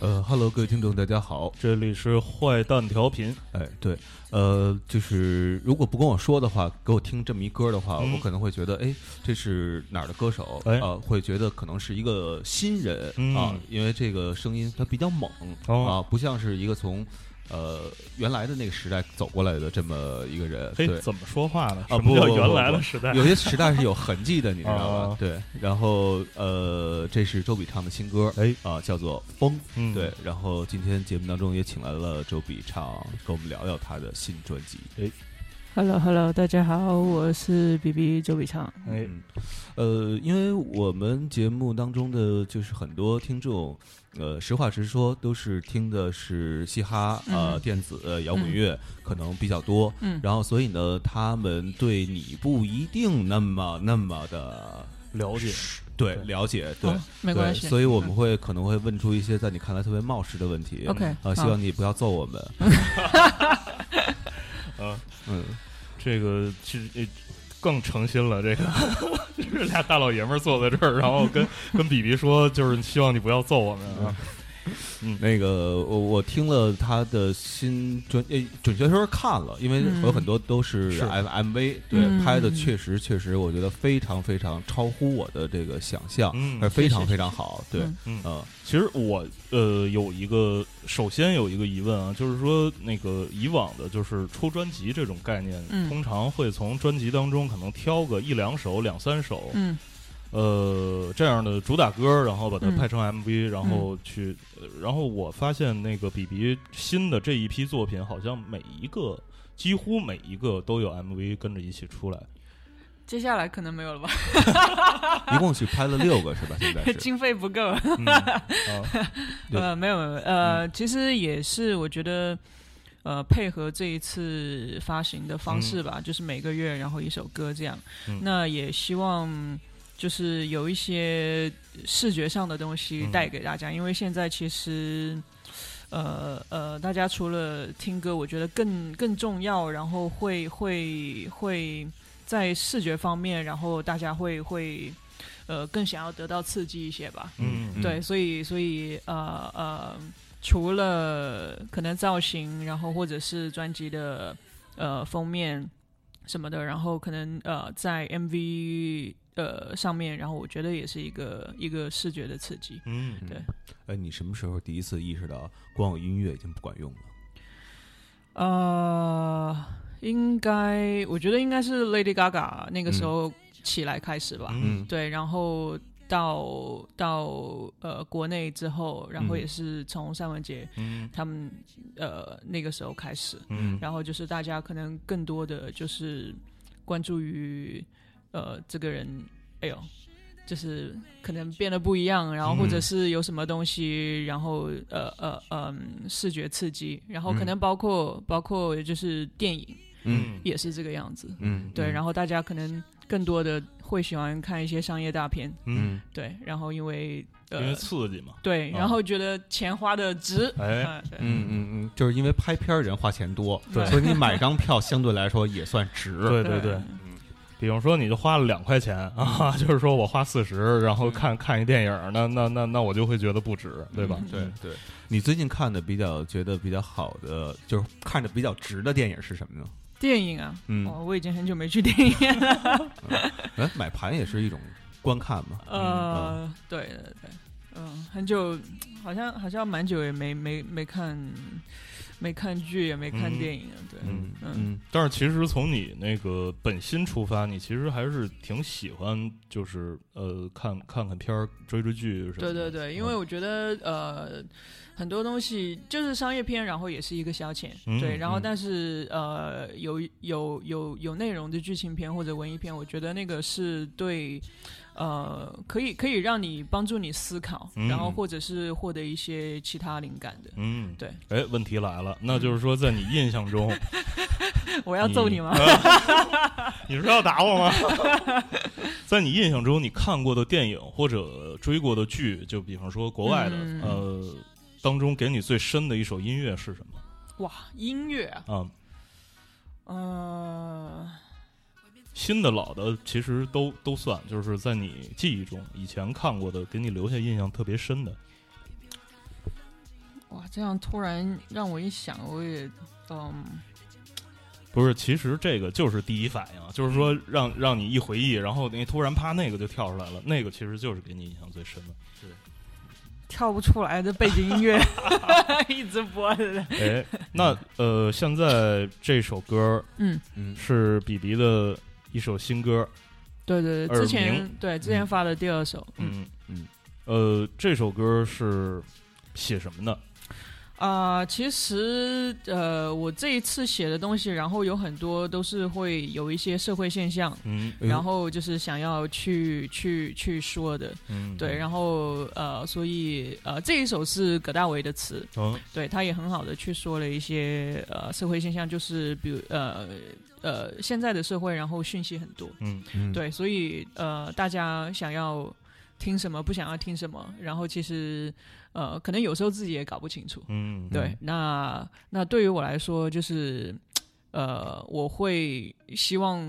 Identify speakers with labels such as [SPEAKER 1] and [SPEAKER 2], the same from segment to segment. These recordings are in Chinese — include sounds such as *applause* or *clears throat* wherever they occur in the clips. [SPEAKER 1] 呃哈喽，各位听众，大家好。
[SPEAKER 2] 这里是坏蛋调频，
[SPEAKER 1] 哎，对，呃，就是如果不跟我说的话，给我听这么一歌的话，
[SPEAKER 2] 嗯
[SPEAKER 1] 我可能会觉得，哎，这是哪儿的歌手？
[SPEAKER 2] 哎
[SPEAKER 1] 啊，会觉得可能是一个新人、
[SPEAKER 2] 嗯
[SPEAKER 1] 啊，因为这个声音它比较猛、
[SPEAKER 2] 哦
[SPEAKER 1] 啊，不像是一个从呃原来的那个时代走过来的这么一个人。
[SPEAKER 2] 嘿
[SPEAKER 1] 对，，
[SPEAKER 2] 怎么说话呢？
[SPEAKER 1] 啊，
[SPEAKER 2] 什
[SPEAKER 1] 不
[SPEAKER 2] 么叫
[SPEAKER 1] 不不
[SPEAKER 2] 原
[SPEAKER 1] 不
[SPEAKER 2] 来
[SPEAKER 1] 不
[SPEAKER 2] 的时代？
[SPEAKER 1] 有些时代是有痕迹的，你知道吧
[SPEAKER 2] 哦？
[SPEAKER 1] 对，然后呃，这是周笔畅的新歌，
[SPEAKER 2] 哎
[SPEAKER 1] 啊，叫做《风》。
[SPEAKER 2] 嗯
[SPEAKER 1] 对，然后今天节目当中也请来了周笔畅，跟我们聊聊他的新专辑。
[SPEAKER 3] Hello Hello，大家好，我是 B B 周笔畅。
[SPEAKER 2] 哎，
[SPEAKER 1] 嗯，呃，因为我们节目当中的就是很多听众，呃，实话实说都是听的是嘻哈、呃
[SPEAKER 3] 嗯
[SPEAKER 1] 电子、呃摇滚
[SPEAKER 3] 嗯
[SPEAKER 1] 乐，可能比较多。
[SPEAKER 3] 嗯
[SPEAKER 1] 然后，所以呢，他们对你不一定那么那么的
[SPEAKER 2] 了解，
[SPEAKER 1] 对
[SPEAKER 2] 对
[SPEAKER 1] 了解，对，
[SPEAKER 3] 哦没
[SPEAKER 1] 对
[SPEAKER 3] 关系
[SPEAKER 1] 所以我们会可能会问出一些在你看来特别冒失的问题。
[SPEAKER 3] OK，
[SPEAKER 1] 啊，希
[SPEAKER 3] 好
[SPEAKER 1] 望你不要揍我们。
[SPEAKER 2] 啊，
[SPEAKER 1] 嗯，
[SPEAKER 2] 这个其实呃更诚心了，这个 *laughs* 就是俩大老爷们儿坐在这儿，然后跟 *laughs* 跟比比说，就是希望你不要揍我们啊。
[SPEAKER 1] 那个我我听了他的新准诶，准确说是看了，因为
[SPEAKER 3] 嗯
[SPEAKER 1] 有很多都是
[SPEAKER 2] 是
[SPEAKER 1] M M V，对、
[SPEAKER 3] 嗯
[SPEAKER 1] 拍的确实确实，我觉得非常非常超乎我的这个想象，
[SPEAKER 2] 嗯
[SPEAKER 1] 而哎非常
[SPEAKER 3] 是是
[SPEAKER 1] 非常好。对，
[SPEAKER 3] 嗯
[SPEAKER 2] 嗯
[SPEAKER 1] 呃
[SPEAKER 2] 其实我呃有一个，首先有一个疑问啊，就是说那个以往的，就是出专辑这种概念，
[SPEAKER 3] 嗯
[SPEAKER 2] 通常会从专辑当中可能挑个一两首、两三首，
[SPEAKER 3] 嗯
[SPEAKER 2] 呃这样的主打歌，然后把它
[SPEAKER 3] 嗯
[SPEAKER 2] 拍成 MV，、然后去、呃然后我发现那个比比新的这一批作品，好像每一个几乎每一个都有 MV 跟着一起出来。
[SPEAKER 3] *laughs* 接下来可能没有了吧，
[SPEAKER 1] 一共去拍了六个是吧？现在是
[SPEAKER 3] *laughs* 经费不够。
[SPEAKER 2] 嗯，啊，对嗯
[SPEAKER 3] 呃，没有没有，呃，其实也是我觉得，呃，配合这一次发行的方式吧，就是每个月然后一首歌这样。
[SPEAKER 2] 嗯
[SPEAKER 3] 那也希望。就是有一些视觉上的东西
[SPEAKER 2] 嗯
[SPEAKER 3] 带给大家，因为现在其实，呃呃，大家除了听歌，我觉得更更重要，然后会会会在视觉方面，然后大家会会呃更想要得到刺激一些吧。
[SPEAKER 2] 嗯嗯
[SPEAKER 3] *laughs* 对，所以所以呃呃，除了可能造型，然后或者是专辑的呃封面什么的，然后可能呃在 MV 呃上面，然后我觉得也是一个一个视觉的刺激。
[SPEAKER 2] 嗯，
[SPEAKER 1] 嗯
[SPEAKER 3] 对
[SPEAKER 1] 哎，你什么时候第一次意识到光有音乐已经不管用了？
[SPEAKER 3] 呃，应该我觉得应该是 Lady Gaga 那个时候起来开始吧。
[SPEAKER 2] 嗯
[SPEAKER 3] 对，然后到到呃国内之后，然后
[SPEAKER 1] 嗯
[SPEAKER 3] 也是从尚雯婕
[SPEAKER 2] 嗯
[SPEAKER 3] 他们呃那个时候开始，
[SPEAKER 2] 嗯
[SPEAKER 3] 然后就是大家可能更多的就是关注于呃这个人，哎呦。就是可能变得不一样，然后或者
[SPEAKER 2] 嗯
[SPEAKER 3] 是有什么东西，然后呃呃嗯、视觉刺激，然后可
[SPEAKER 1] 嗯
[SPEAKER 3] 能包括、包括就是电影
[SPEAKER 2] 嗯，
[SPEAKER 3] 也是这个样子，
[SPEAKER 1] 嗯，
[SPEAKER 3] 对，然
[SPEAKER 1] 后
[SPEAKER 3] 后大家可能更多的会喜欢看一些商业大片，
[SPEAKER 2] 嗯，
[SPEAKER 3] 对，然后因为
[SPEAKER 2] 因为
[SPEAKER 3] 呃，
[SPEAKER 2] 刺激嘛，
[SPEAKER 3] 对，
[SPEAKER 2] 啊
[SPEAKER 3] 然后觉得钱花的值，
[SPEAKER 2] 哎
[SPEAKER 3] 啊对
[SPEAKER 1] 嗯嗯嗯，就是因为拍片儿人花钱多，
[SPEAKER 3] 对
[SPEAKER 1] 所以你买张票相对来说也算值。
[SPEAKER 2] 对对对，比方说，你就花了两块钱
[SPEAKER 3] 嗯
[SPEAKER 2] 啊， *laughs* 就是说我花四十，然后看看一电影，那那那那我就会觉得不值，嗯对
[SPEAKER 3] 嗯
[SPEAKER 2] 吧？
[SPEAKER 1] 对对，你最近看的比较觉得比较好的，就是看着比较值的电影是什么呢？
[SPEAKER 3] 电影啊，
[SPEAKER 1] 嗯
[SPEAKER 3] 哦，我已经很久没去电影院了，
[SPEAKER 1] 哎，买盘也是一种观看嘛。
[SPEAKER 2] 嗯
[SPEAKER 3] 呃，对对对，嗯，很久，好像好像蛮久也没没没看，没看剧也没看
[SPEAKER 2] 嗯
[SPEAKER 3] 电影了，对，
[SPEAKER 1] 嗯
[SPEAKER 3] 嗯
[SPEAKER 1] 嗯
[SPEAKER 2] 但是其实从你那个本心出发，你其实还是挺喜欢，就是呃，看看看片儿、追追剧什么的。
[SPEAKER 3] 对对对，因为我觉得呃，很多东西就是商业片，然后也是一个消遣，
[SPEAKER 2] 嗯
[SPEAKER 3] 对。然后
[SPEAKER 2] 嗯
[SPEAKER 3] 但是呃，有有有有内容的剧情片或者文艺片，我觉得那个是对呃，可以可以让你帮助你思考，
[SPEAKER 2] 嗯
[SPEAKER 3] 然后或者是获得一些其他灵感
[SPEAKER 2] *laughs*
[SPEAKER 3] 的。
[SPEAKER 2] 嗯，
[SPEAKER 3] 对。
[SPEAKER 2] 哎，问题来了，那就是说，在你印象中，
[SPEAKER 3] 我 *laughs* 要揍你吗？
[SPEAKER 2] *laughs* 你是要打我吗？ *laughs* 在你印象中，你看过的电影或者追过的剧，就比方说国外的，
[SPEAKER 3] 嗯
[SPEAKER 2] 呃，当中给你最深的一首音乐是什么？
[SPEAKER 3] 哇，音乐啊，
[SPEAKER 2] 啊、
[SPEAKER 3] 呃，
[SPEAKER 2] 新的老的其实都都算，就是在你记忆中以前看过的，给你留下印象特别深的。
[SPEAKER 3] 哇，这样突然让我一想，我也，嗯，
[SPEAKER 2] 不是，其实这个就是第一反应，就是说让让你一回忆，然后你突然啪那个就跳出来了，那个其实就是给你印象最深 *laughs* 的。
[SPEAKER 3] 跳不出来的背景音乐 *laughs* 一直播着，
[SPEAKER 2] 哎，那呃，现在这首歌
[SPEAKER 3] 嗯，
[SPEAKER 1] 嗯，
[SPEAKER 2] 是比比的一首新歌，
[SPEAKER 3] 对对对，
[SPEAKER 2] 耳
[SPEAKER 3] 之前
[SPEAKER 2] 鸣
[SPEAKER 3] 对之前发的第二首，嗯
[SPEAKER 2] 嗯
[SPEAKER 1] 嗯，
[SPEAKER 2] 呃，这首歌是写什么的？
[SPEAKER 3] 啊、其实呃，我这一次写的东西，然后有很多都是会有一些社会现象，
[SPEAKER 2] 嗯
[SPEAKER 1] 哎呦
[SPEAKER 3] 然后就是想要去去去说的，
[SPEAKER 2] 嗯，
[SPEAKER 3] 对，然后呃，所以呃，这一首是葛大为的词，
[SPEAKER 2] 嗯
[SPEAKER 3] 对，他也很好的去说了一些呃社会现象，就是比如呃呃现在的社会，然后讯息很多，
[SPEAKER 2] 嗯
[SPEAKER 1] 嗯，
[SPEAKER 3] 对，所以呃大家想要听什么，不想要听什么，然后其实呃可能有时候自己也搞不清楚，
[SPEAKER 2] 嗯，
[SPEAKER 3] 对
[SPEAKER 1] 嗯，
[SPEAKER 3] 那那对于我来说，就是呃，我会希望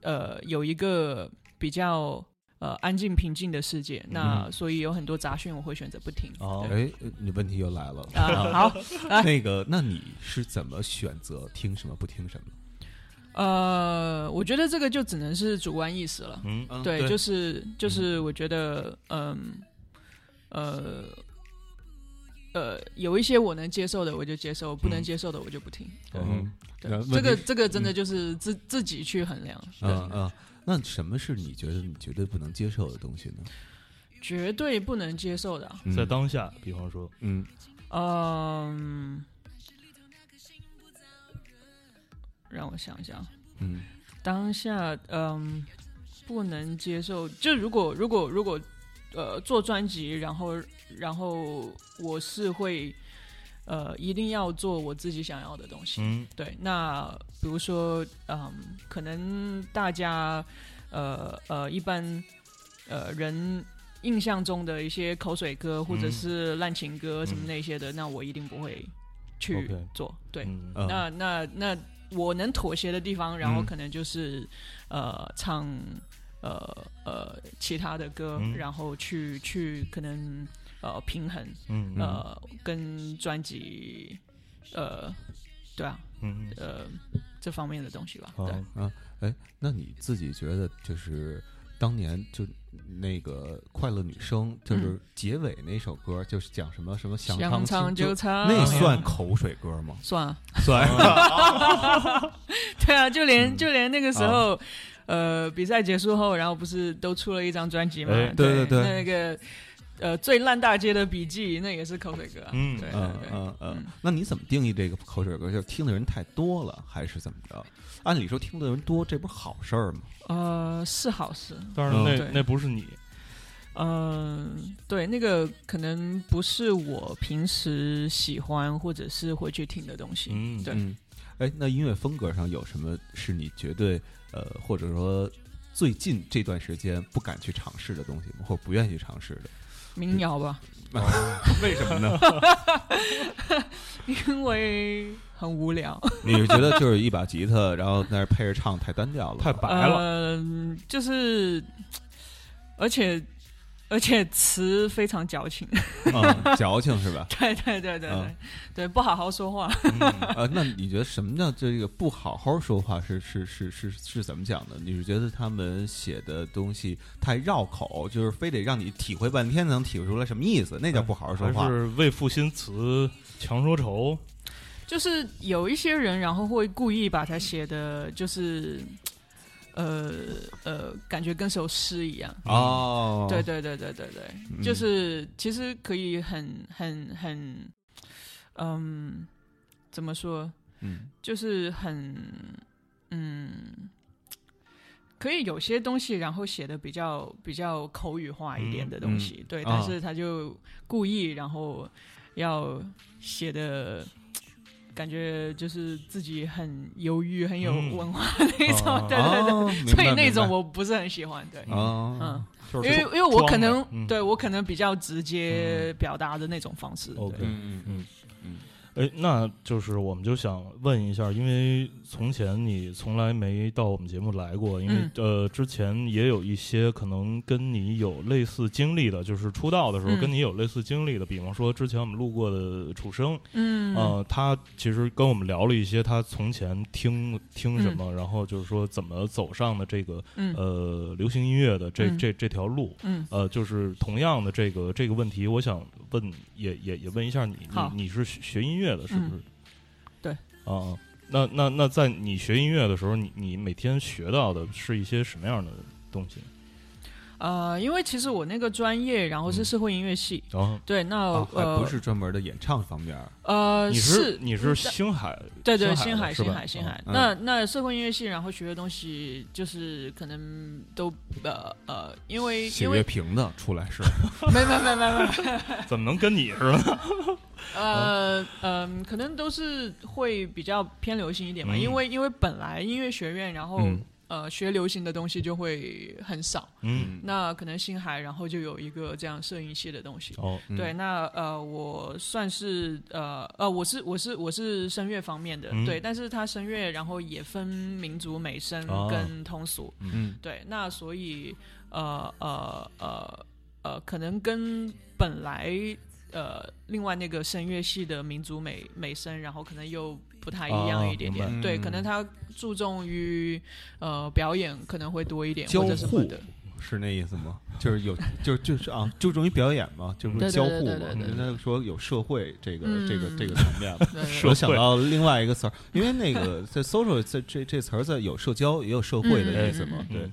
[SPEAKER 3] 呃有一个比较呃安静平静的世界。那所以有很多杂讯，我会选择不听。
[SPEAKER 2] 哦
[SPEAKER 3] 对
[SPEAKER 1] 哎，呃你问题又来了。 *laughs*
[SPEAKER 3] 啊，好，
[SPEAKER 1] 那个，那你是怎么选择听什么不听什么？
[SPEAKER 3] 呃，我觉得这个就只能是主观意识了。
[SPEAKER 2] 嗯
[SPEAKER 3] 对，就是是就是，我觉得，嗯，呃，呃，有一些我能接受的，我就接受；不能
[SPEAKER 2] 嗯
[SPEAKER 3] 接受的，我就不听。
[SPEAKER 1] 嗯
[SPEAKER 3] 对
[SPEAKER 1] 那问题
[SPEAKER 3] 这个
[SPEAKER 1] 是
[SPEAKER 3] 这个真的就是自自己去衡量。对
[SPEAKER 1] 嗯嗯，那什么是你觉得你绝对不能接受的东西呢？
[SPEAKER 3] 绝对不能接受的啊。
[SPEAKER 1] 嗯
[SPEAKER 2] 在当下，比方说，
[SPEAKER 1] 嗯
[SPEAKER 3] 嗯，让我想一想，
[SPEAKER 1] 嗯
[SPEAKER 3] 当下嗯不能接受，就如果如果如果呃做专辑，然后然后我是会呃一定要做我自己想要的东西。
[SPEAKER 2] 嗯
[SPEAKER 3] 对，那比如说，嗯，可能大家，呃呃，一般，呃，人印象中的一些口水歌或者
[SPEAKER 2] 嗯
[SPEAKER 3] 是滥情歌什么
[SPEAKER 2] 嗯
[SPEAKER 3] 那些的，那我一定不会去
[SPEAKER 2] OK
[SPEAKER 3] 做。对，
[SPEAKER 2] 嗯
[SPEAKER 1] 嗯
[SPEAKER 3] 那那那我能妥协的地方，然后
[SPEAKER 2] 嗯
[SPEAKER 3] 可能就是，呃，唱，呃呃其他的歌，
[SPEAKER 2] 嗯
[SPEAKER 3] 然后去去可能呃平衡，
[SPEAKER 2] 嗯
[SPEAKER 3] 呃，跟专辑，呃，对啊，
[SPEAKER 2] 嗯哦嗯
[SPEAKER 3] 呃这方面的东西吧。
[SPEAKER 2] 好
[SPEAKER 3] 对，
[SPEAKER 1] 哎，那你自己觉得就是当年就那个快乐女生，就是结尾那首歌，就是讲什么什么嗯想
[SPEAKER 3] 想
[SPEAKER 1] 唱啊
[SPEAKER 3] 唱
[SPEAKER 1] 就
[SPEAKER 3] 就唱，
[SPEAKER 1] 那算口水歌 *laughs* 吗？
[SPEAKER 3] 算啊，
[SPEAKER 1] 算
[SPEAKER 3] *laughs* 对啊，就
[SPEAKER 1] 嗯
[SPEAKER 3] 连就连那个时候。呃，比赛结束后，然后不是都出了一张专辑嘛？
[SPEAKER 2] 哎
[SPEAKER 1] 对对对
[SPEAKER 3] 那个呃，最烂大街的笔记，那也是口水歌啊。
[SPEAKER 2] 嗯
[SPEAKER 3] 对对
[SPEAKER 1] 嗯
[SPEAKER 3] 对。
[SPEAKER 1] 嗯嗯，那你怎么定义这个口水歌？就是听的人太多了，还是怎么着？按理说听的人多，这不是好事儿吗？
[SPEAKER 3] 呃，是好事。
[SPEAKER 2] 但是
[SPEAKER 1] 嗯
[SPEAKER 2] 那
[SPEAKER 3] 对
[SPEAKER 2] 那不是你，
[SPEAKER 3] 嗯、对，那个可能不是我平时喜欢或者是会去听的东西。
[SPEAKER 2] 嗯
[SPEAKER 3] 对
[SPEAKER 1] 嗯，哎，那音乐风格上有什么是你绝对呃，或者说最近这段时间不敢去尝试的东西吗？或者不愿意去尝试的？
[SPEAKER 3] 民谣吧，
[SPEAKER 1] 哦为什么呢？
[SPEAKER 3] *laughs* 因为很无聊。 *laughs*
[SPEAKER 1] 你是觉得就是一把吉他，然后在那儿配着唱太单调了吗？
[SPEAKER 2] 太白了，
[SPEAKER 3] 嗯、就是，而且而且词非常矫情， *laughs*
[SPEAKER 1] 嗯，矫情是吧？
[SPEAKER 3] 对对对对对、
[SPEAKER 1] 嗯
[SPEAKER 3] 对，不好好说话。
[SPEAKER 2] 嗯
[SPEAKER 1] 呃，那你觉得什么叫这个不好好说话是是是是是怎么讲的？你是觉得他们写的东西太绕口，就是非得让你体会半天才能体会出来什么意思？那叫不好好说话
[SPEAKER 2] 还。是为赋新词强说愁，
[SPEAKER 3] 就是有一些人，然后会故意把它写的，就是呃呃，感觉跟首诗一样。
[SPEAKER 1] 哦，
[SPEAKER 3] 嗯对对对对对对，
[SPEAKER 1] 嗯
[SPEAKER 3] 就是其实可以很很很，嗯，怎么说？
[SPEAKER 1] 嗯，
[SPEAKER 3] 就是很，嗯，可以有些东西，然后写的比较比较口语化一
[SPEAKER 2] 嗯
[SPEAKER 3] 点的东西，对，
[SPEAKER 1] 啊
[SPEAKER 2] 哦
[SPEAKER 3] 但是他就故意，然后要写的感觉就是自己很忧郁、很有
[SPEAKER 2] 嗯
[SPEAKER 3] 文化那种，
[SPEAKER 2] 哦
[SPEAKER 3] *laughs* 对对对，
[SPEAKER 1] 哦明
[SPEAKER 3] 所
[SPEAKER 1] 白
[SPEAKER 3] 以那种
[SPEAKER 1] 明白
[SPEAKER 3] 我不是很喜欢，对，
[SPEAKER 1] 哦
[SPEAKER 3] 嗯，
[SPEAKER 2] 啊就
[SPEAKER 3] 因
[SPEAKER 2] 是
[SPEAKER 3] 为因为我可
[SPEAKER 2] 装
[SPEAKER 3] 能
[SPEAKER 2] 的嗯
[SPEAKER 3] 对我可能比较直接表达的那种方式，对
[SPEAKER 2] OK
[SPEAKER 1] 嗯嗯
[SPEAKER 2] 哎，那就是我们就想问一下，因为从前你从来没到我们节目来过，因为、
[SPEAKER 3] 嗯
[SPEAKER 2] 呃，之前也有一些可能跟你有类似经历的，就是出道的时候
[SPEAKER 3] 嗯
[SPEAKER 2] 跟你有类似经历的，比方说之前我们录过的楚生，
[SPEAKER 3] 嗯
[SPEAKER 2] 呃，他其实跟我们聊了一些他从前听听什么，然后就是说怎么走上的这个
[SPEAKER 3] 嗯
[SPEAKER 2] 呃流行音乐的这、
[SPEAKER 3] 嗯
[SPEAKER 2] 这这条路，
[SPEAKER 3] 嗯
[SPEAKER 2] 呃，就是同样的这个这个问题，我想问，也也也问一下你，
[SPEAKER 3] 好嗯
[SPEAKER 2] 你你是学学音乐的，是不是？
[SPEAKER 3] 对。
[SPEAKER 2] 啊，那那那在你学音乐的时候，你你每天学到的是一些什么样的东西？
[SPEAKER 3] 呃，因为其实我那个专业，然后是
[SPEAKER 2] 嗯
[SPEAKER 3] 社会音乐系，
[SPEAKER 2] 然后
[SPEAKER 3] 对，那
[SPEAKER 1] 哦，还不
[SPEAKER 3] 呃
[SPEAKER 1] 是专门的演唱方面儿，
[SPEAKER 3] 呃
[SPEAKER 2] 你
[SPEAKER 3] 是
[SPEAKER 2] 你是星海，
[SPEAKER 3] 对对，
[SPEAKER 2] 星
[SPEAKER 3] 星
[SPEAKER 2] 海
[SPEAKER 3] 海
[SPEAKER 2] 的是吧哦
[SPEAKER 3] 星海星海。
[SPEAKER 1] 嗯
[SPEAKER 3] 那那社会音乐系，然后学的东西就是可能都呃呃，因为
[SPEAKER 1] 写
[SPEAKER 3] 因
[SPEAKER 1] 乐
[SPEAKER 3] 为
[SPEAKER 1] 评的出来是，
[SPEAKER 3] 没没没没没，
[SPEAKER 2] *laughs* 怎么能跟你似的？
[SPEAKER 3] 呃嗯，可能都是会比较偏流行一点嘛，
[SPEAKER 2] 嗯
[SPEAKER 3] 因为因为本来音乐学院，然后
[SPEAKER 1] 嗯
[SPEAKER 3] 呃学流行的东西就会很少。
[SPEAKER 2] 嗯，
[SPEAKER 3] 那可能星海，然后就有一个这样摄影系的东西。
[SPEAKER 2] 哦，
[SPEAKER 1] 嗯
[SPEAKER 3] 对，那呃，我算是呃呃，我是我是我是声乐方面的，
[SPEAKER 2] 嗯
[SPEAKER 3] 对，但是它声乐然后也分民族美声
[SPEAKER 2] 哦
[SPEAKER 3] 跟通俗，
[SPEAKER 1] 嗯
[SPEAKER 3] 对，那所以呃呃呃呃，可能跟本来呃另外那个声乐系的民族美美声，然后可能又不太一样一点点，
[SPEAKER 2] 哦
[SPEAKER 1] 明白
[SPEAKER 3] 对，
[SPEAKER 1] 嗯
[SPEAKER 3] 可能它注重于呃表演可能会多一点，
[SPEAKER 1] 交
[SPEAKER 3] 或者什么
[SPEAKER 1] 互
[SPEAKER 3] 的，
[SPEAKER 1] 是那意思吗？就是有，就就是啊，注重于表演嘛，就
[SPEAKER 2] 对
[SPEAKER 1] 是
[SPEAKER 3] 对
[SPEAKER 1] 交
[SPEAKER 3] 对
[SPEAKER 1] 互
[SPEAKER 3] 对
[SPEAKER 1] 嘛。
[SPEAKER 3] 对对
[SPEAKER 1] 人家说有社会这个这个
[SPEAKER 3] 嗯
[SPEAKER 1] 这个层面嘛。
[SPEAKER 2] *laughs*
[SPEAKER 3] 对对对
[SPEAKER 2] 社
[SPEAKER 1] 我
[SPEAKER 2] 会
[SPEAKER 1] 想到另外一个词儿，因为那
[SPEAKER 3] *laughs*
[SPEAKER 1] 个在 social 在这这词儿在有社交也有社会的意思嘛
[SPEAKER 3] 嗯。
[SPEAKER 2] 对。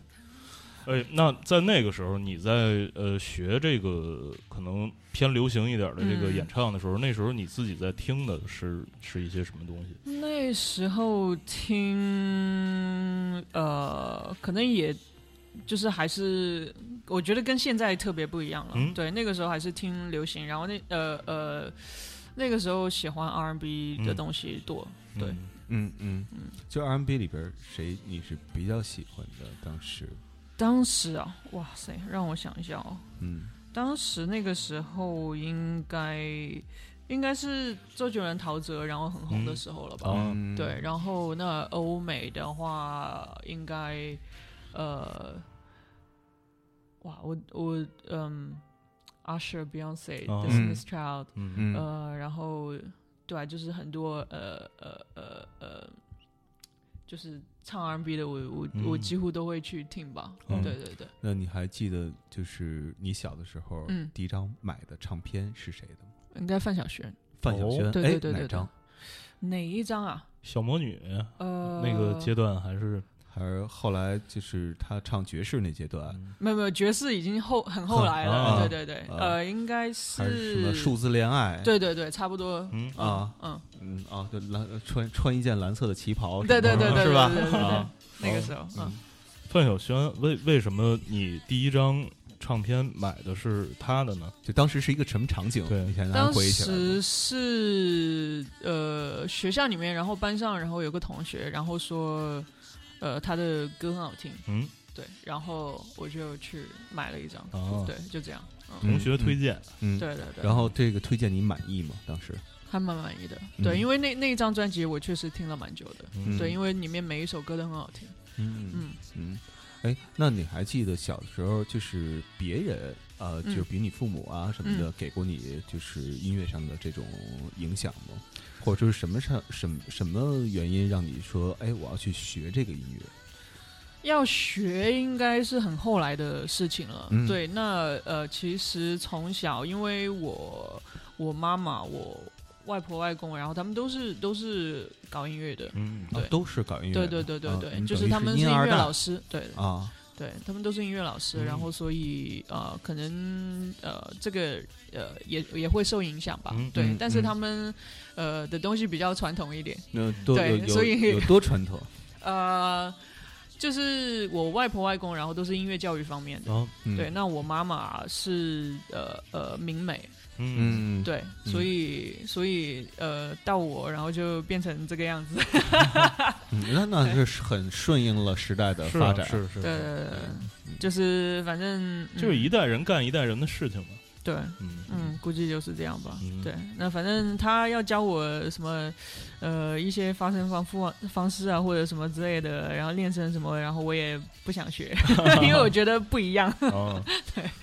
[SPEAKER 2] 哎，那在那个时候，你在呃学这个可能偏流行一点的这个
[SPEAKER 3] 嗯
[SPEAKER 2] 演唱的时候，那时候你自己在听的是是一些什么东西？
[SPEAKER 3] 那时候听，呃，可能也就是还是，我觉得跟现在特别不一样了。
[SPEAKER 2] 嗯
[SPEAKER 3] 对，那个时候还是听流行，然后那呃呃，那个时候喜欢 R&B 的
[SPEAKER 2] 嗯
[SPEAKER 3] 东西多。对
[SPEAKER 2] 嗯
[SPEAKER 1] 嗯嗯
[SPEAKER 3] 嗯，
[SPEAKER 1] 就 R&B 里边儿谁你是比较喜欢的？当时，
[SPEAKER 3] 当时啊，哇塞，让我想一下哦，
[SPEAKER 1] 嗯，
[SPEAKER 3] 当时那个时候应该应该是周杰伦、陶喆，然后很红的
[SPEAKER 2] 嗯
[SPEAKER 3] 时候了吧？
[SPEAKER 2] 哦
[SPEAKER 1] 嗯
[SPEAKER 3] 对，，然后那欧美的话，应该呃，哇，我我嗯，Usher、Beyonce、
[SPEAKER 2] 哦
[SPEAKER 3] The Smith Child，、
[SPEAKER 2] 嗯
[SPEAKER 1] 嗯
[SPEAKER 3] 呃，然后对啊，就是很多呃呃呃呃，就是唱 R&B 的我，我我、
[SPEAKER 2] 嗯
[SPEAKER 3] 几乎都会去听吧。
[SPEAKER 1] 哦
[SPEAKER 2] 嗯
[SPEAKER 3] 对对对，
[SPEAKER 1] 那你还记得就是你小的时候，
[SPEAKER 3] 嗯
[SPEAKER 1] 第一张买的唱片是谁的吗？
[SPEAKER 3] 应该范晓萱
[SPEAKER 1] 范晓
[SPEAKER 2] 哦
[SPEAKER 1] 萱，
[SPEAKER 3] 对
[SPEAKER 1] 哎
[SPEAKER 3] 对对
[SPEAKER 1] 哪
[SPEAKER 3] 对
[SPEAKER 1] 张？
[SPEAKER 3] 哪一张啊？
[SPEAKER 2] 小魔女、
[SPEAKER 1] 嗯
[SPEAKER 3] 呃，
[SPEAKER 2] 那个阶段还是
[SPEAKER 1] 还是后来就是他唱爵士那阶段，
[SPEAKER 2] 嗯
[SPEAKER 3] 没有没有，爵士已经后很后来了，
[SPEAKER 2] 啊
[SPEAKER 3] 对对对，
[SPEAKER 1] 啊
[SPEAKER 3] 呃，应该是
[SPEAKER 1] 还是什么数字恋爱？
[SPEAKER 3] 对对对，差不多。
[SPEAKER 2] 嗯
[SPEAKER 1] 啊，
[SPEAKER 3] 嗯，
[SPEAKER 1] 嗯啊，就蓝穿穿一件蓝色的旗袍什么
[SPEAKER 3] 对
[SPEAKER 1] 的，
[SPEAKER 3] 对对对，
[SPEAKER 1] 是
[SPEAKER 3] 对
[SPEAKER 1] 吧？
[SPEAKER 3] 对对对
[SPEAKER 2] 啊
[SPEAKER 3] 那个时候，嗯，
[SPEAKER 2] 范晓萱为为什么你第一张唱片买的是她的呢？
[SPEAKER 1] 就当时是一个什么场景？
[SPEAKER 2] 对
[SPEAKER 1] 你现在
[SPEAKER 3] 当
[SPEAKER 1] 回忆起来嗯了，
[SPEAKER 3] 时是呃学校里面，然后班上，然后有个同学，然后说，呃他的歌很好听，
[SPEAKER 2] 嗯，
[SPEAKER 3] 对，然后我就去买了一张，
[SPEAKER 2] 哦
[SPEAKER 3] 对，就这样，嗯，
[SPEAKER 1] 嗯
[SPEAKER 2] 同学推荐，
[SPEAKER 1] 嗯，
[SPEAKER 3] 对对对，
[SPEAKER 1] 然后这个推荐你满意吗？当时，
[SPEAKER 3] 还蛮满意的，
[SPEAKER 1] 嗯
[SPEAKER 3] 对，因为那那一张专辑我确实听了蛮久的，
[SPEAKER 2] 嗯
[SPEAKER 3] 对，因为里面每一首歌都很好听，
[SPEAKER 1] 嗯嗯
[SPEAKER 3] 嗯，
[SPEAKER 1] 嗯，哎，那你还记得小时候就是别人呃，
[SPEAKER 3] 嗯
[SPEAKER 1] 就是比你父母啊什么的，给过你就是音乐上的这种影响吗？或者说是什么上什么什么原因让你说，哎，我要去学这个音乐？
[SPEAKER 3] 要学应该是很后来的事情了。
[SPEAKER 1] 嗯
[SPEAKER 3] 对，那呃，其实从小因为我我妈妈、我外婆、外公，然后他们都是都是搞音乐的。
[SPEAKER 2] 嗯
[SPEAKER 1] 啊
[SPEAKER 3] 对
[SPEAKER 1] 都是搞音乐
[SPEAKER 3] 对
[SPEAKER 1] 的，
[SPEAKER 3] 对对对
[SPEAKER 1] 啊
[SPEAKER 3] 对，
[SPEAKER 1] 你
[SPEAKER 3] 就
[SPEAKER 1] 等
[SPEAKER 3] 是
[SPEAKER 1] 于
[SPEAKER 3] 他们是
[SPEAKER 1] 因
[SPEAKER 3] 音
[SPEAKER 1] 而
[SPEAKER 3] 乐
[SPEAKER 1] 诞
[SPEAKER 3] 老师，对
[SPEAKER 1] 啊，
[SPEAKER 3] 对，他们都是音乐老师，
[SPEAKER 2] 嗯
[SPEAKER 3] 然后所以呃，可能呃，这个呃也也会受影响吧，
[SPEAKER 2] 嗯
[SPEAKER 3] 对，
[SPEAKER 1] 嗯
[SPEAKER 3] 但是
[SPEAKER 1] 嗯
[SPEAKER 3] 他们呃的东西比较传统一点，
[SPEAKER 1] 那多
[SPEAKER 3] 对
[SPEAKER 1] 有有
[SPEAKER 3] 所以
[SPEAKER 1] 有多传统，
[SPEAKER 3] 呃，就是我外婆外公，
[SPEAKER 2] 嗯啊
[SPEAKER 3] 然后都是音乐教育方面的，
[SPEAKER 2] 然后
[SPEAKER 1] 嗯
[SPEAKER 3] 对，那我妈妈是呃呃明美，
[SPEAKER 2] 嗯，
[SPEAKER 1] 嗯，
[SPEAKER 3] 对，
[SPEAKER 1] 嗯
[SPEAKER 3] 所以所以呃，到我然后就变成这个样子。
[SPEAKER 1] 嗯，那那是很顺应了时代的
[SPEAKER 2] 是
[SPEAKER 1] 嗯发
[SPEAKER 2] 啊
[SPEAKER 1] 展，
[SPEAKER 2] 是是，是
[SPEAKER 3] 对对对，对呃就是反正
[SPEAKER 2] 就是
[SPEAKER 3] 嗯
[SPEAKER 2] 一代人干一代人的事情嘛，
[SPEAKER 3] 对，
[SPEAKER 2] 嗯
[SPEAKER 3] 嗯，估计就是这样吧。
[SPEAKER 2] 嗯
[SPEAKER 3] 对，那反正他要教我什么，呃，一些发声方方方式啊，或者什么之类的，然后练声什么，然后我也不想学， *laughs* 因为我觉得不一样。
[SPEAKER 2] 啊，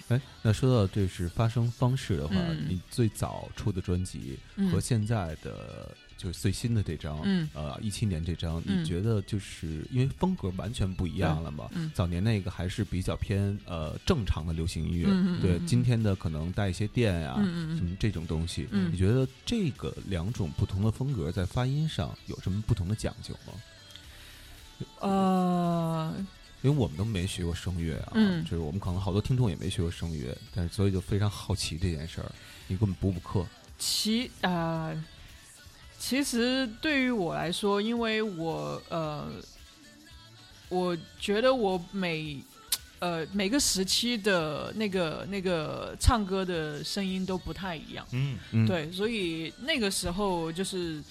[SPEAKER 1] 哎，那说到这是发声方式的话，
[SPEAKER 3] 嗯
[SPEAKER 1] 你最早出的专辑
[SPEAKER 3] 嗯
[SPEAKER 1] 和现在的、就是最新的这张，
[SPEAKER 3] 嗯
[SPEAKER 1] 呃，一七年这张，
[SPEAKER 3] 嗯
[SPEAKER 1] 你觉得就是因为风格完全不一样了嘛？
[SPEAKER 3] 嗯
[SPEAKER 1] 早年那个还是比较偏呃正常的流行音乐，
[SPEAKER 3] 嗯嗯嗯
[SPEAKER 1] 对，
[SPEAKER 3] 嗯
[SPEAKER 1] 今天的可能带一些电呀、啊
[SPEAKER 3] 嗯
[SPEAKER 1] 什
[SPEAKER 3] 嗯
[SPEAKER 1] 么这种东西，
[SPEAKER 3] 嗯
[SPEAKER 1] 你觉得这个两种不同的风格在发音上有什么不同的讲究吗？
[SPEAKER 3] 嗯，呃，
[SPEAKER 1] 因为我们都没学过声乐啊，
[SPEAKER 3] 嗯
[SPEAKER 1] 就是我们可能好多听众也没学过声乐，但是所以就非常好奇这件事儿。你给我们补补课，
[SPEAKER 3] 其啊、其实对于我来说，因为我呃，我觉得我每呃每个时期的那个那个唱歌的声音都不太一样，
[SPEAKER 2] 嗯
[SPEAKER 1] 嗯，，
[SPEAKER 3] 对，所以那个时候就是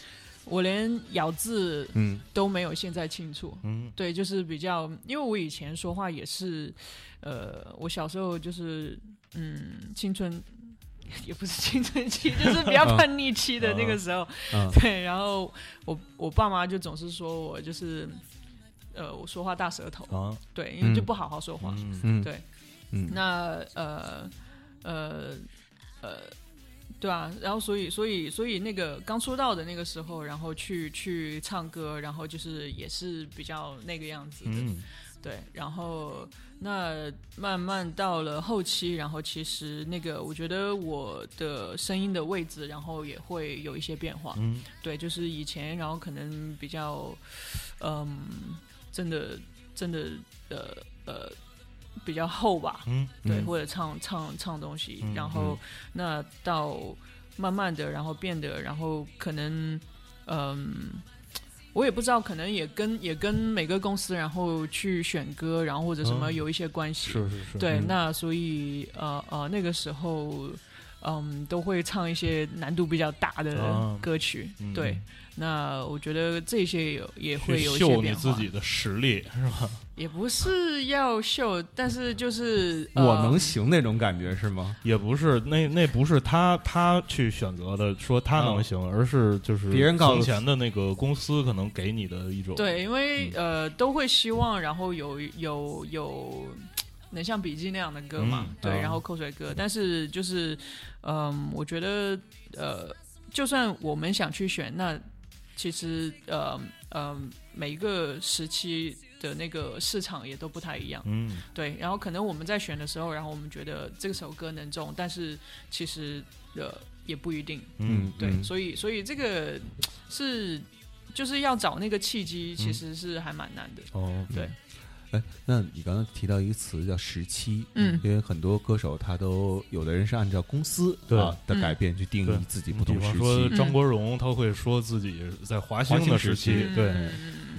[SPEAKER 3] 我连咬字
[SPEAKER 1] 嗯
[SPEAKER 3] 都没有现在清楚，
[SPEAKER 2] 嗯
[SPEAKER 3] 对，就是比较，因为我以前说话也是，呃，我小时候就是，嗯，青春 *laughs* 也不是青春期，就是比
[SPEAKER 2] 嗯
[SPEAKER 3] 较叛逆期的那个时候。
[SPEAKER 1] 啊，
[SPEAKER 3] *laughs* 对，然后我我爸妈就总是说我就是，呃，我说话大舌头，
[SPEAKER 2] 啊，
[SPEAKER 3] 对，因为就
[SPEAKER 1] 嗯
[SPEAKER 3] 不好好说话。
[SPEAKER 2] 嗯
[SPEAKER 1] 嗯，
[SPEAKER 3] 对，
[SPEAKER 1] 嗯，
[SPEAKER 3] 那呃呃呃，对啊，然后所以所以所以那个刚出道的那个时候，然后去去唱歌，然后就是也是比较那个样子的，
[SPEAKER 2] 嗯
[SPEAKER 3] 对。然后那慢慢到了后期，然后其实那个我觉得我的声音的位置，然后也会有一些变化，
[SPEAKER 2] 嗯
[SPEAKER 3] 对，就是以前然后可能比较，嗯，真的真的呃呃比较厚吧，
[SPEAKER 2] 嗯
[SPEAKER 3] 对，
[SPEAKER 1] 嗯
[SPEAKER 3] 或者唱唱唱东西，
[SPEAKER 2] 嗯
[SPEAKER 3] 然后那到慢慢的，然后变得，然后可能，嗯，我也不知道，可能也跟也跟每个公司，然后去选歌，然后或者什么
[SPEAKER 2] 嗯
[SPEAKER 3] 有一些关系，
[SPEAKER 2] 是是是，
[SPEAKER 3] 对，
[SPEAKER 1] 嗯
[SPEAKER 3] 那所以呃呃那个时候。嗯，都会唱一些难度比较大的
[SPEAKER 2] 啊
[SPEAKER 3] 歌曲，
[SPEAKER 2] 嗯
[SPEAKER 3] 对。那我觉得这些有也会有
[SPEAKER 2] 去
[SPEAKER 3] 一些
[SPEAKER 2] 秀你
[SPEAKER 3] 变
[SPEAKER 2] 自
[SPEAKER 3] 化，
[SPEAKER 2] 己的实力是吧？
[SPEAKER 3] 也不是要秀，但是就是、呃、
[SPEAKER 1] 我能行那种感觉是吗？
[SPEAKER 2] *laughs* 也不是，那那不是他他去选择的，说他能行，
[SPEAKER 3] 啊
[SPEAKER 2] 而是就是
[SPEAKER 1] 别人告诉
[SPEAKER 2] 从前的那个公司可能给你的一种
[SPEAKER 3] 对，因为、呃，都会希望，然后有有有能像笔记那样的歌嘛，
[SPEAKER 2] 嗯
[SPEAKER 3] 对，
[SPEAKER 1] 嗯
[SPEAKER 3] 然后口水歌。但是就是，嗯、我觉得呃，就算我们想去选，那其实呃呃，每一个时期的那个市场也都不太一样，
[SPEAKER 2] 嗯
[SPEAKER 3] 对。然后可能我们在选的时候，然后我们觉得这首歌能中，但是其实呃也不一定，
[SPEAKER 2] 嗯
[SPEAKER 3] 对，所以所以这个是就是要找那个契机，其实是还蛮难的。
[SPEAKER 2] 哦
[SPEAKER 3] 对，
[SPEAKER 1] 哎，那你刚才提到一个词叫时期，
[SPEAKER 3] 嗯
[SPEAKER 1] 因为很多歌手他都有的人是按照公司
[SPEAKER 2] 对
[SPEAKER 1] 啊
[SPEAKER 3] 嗯
[SPEAKER 1] 的改变去定
[SPEAKER 2] 对
[SPEAKER 1] 义自己
[SPEAKER 2] 比
[SPEAKER 1] 不同
[SPEAKER 2] 方
[SPEAKER 1] 时
[SPEAKER 2] 说
[SPEAKER 1] 期，
[SPEAKER 2] 张国荣，他会说自己在华兴的时
[SPEAKER 1] 华
[SPEAKER 2] 期
[SPEAKER 1] 兴，
[SPEAKER 2] 嗯对，
[SPEAKER 3] 嗯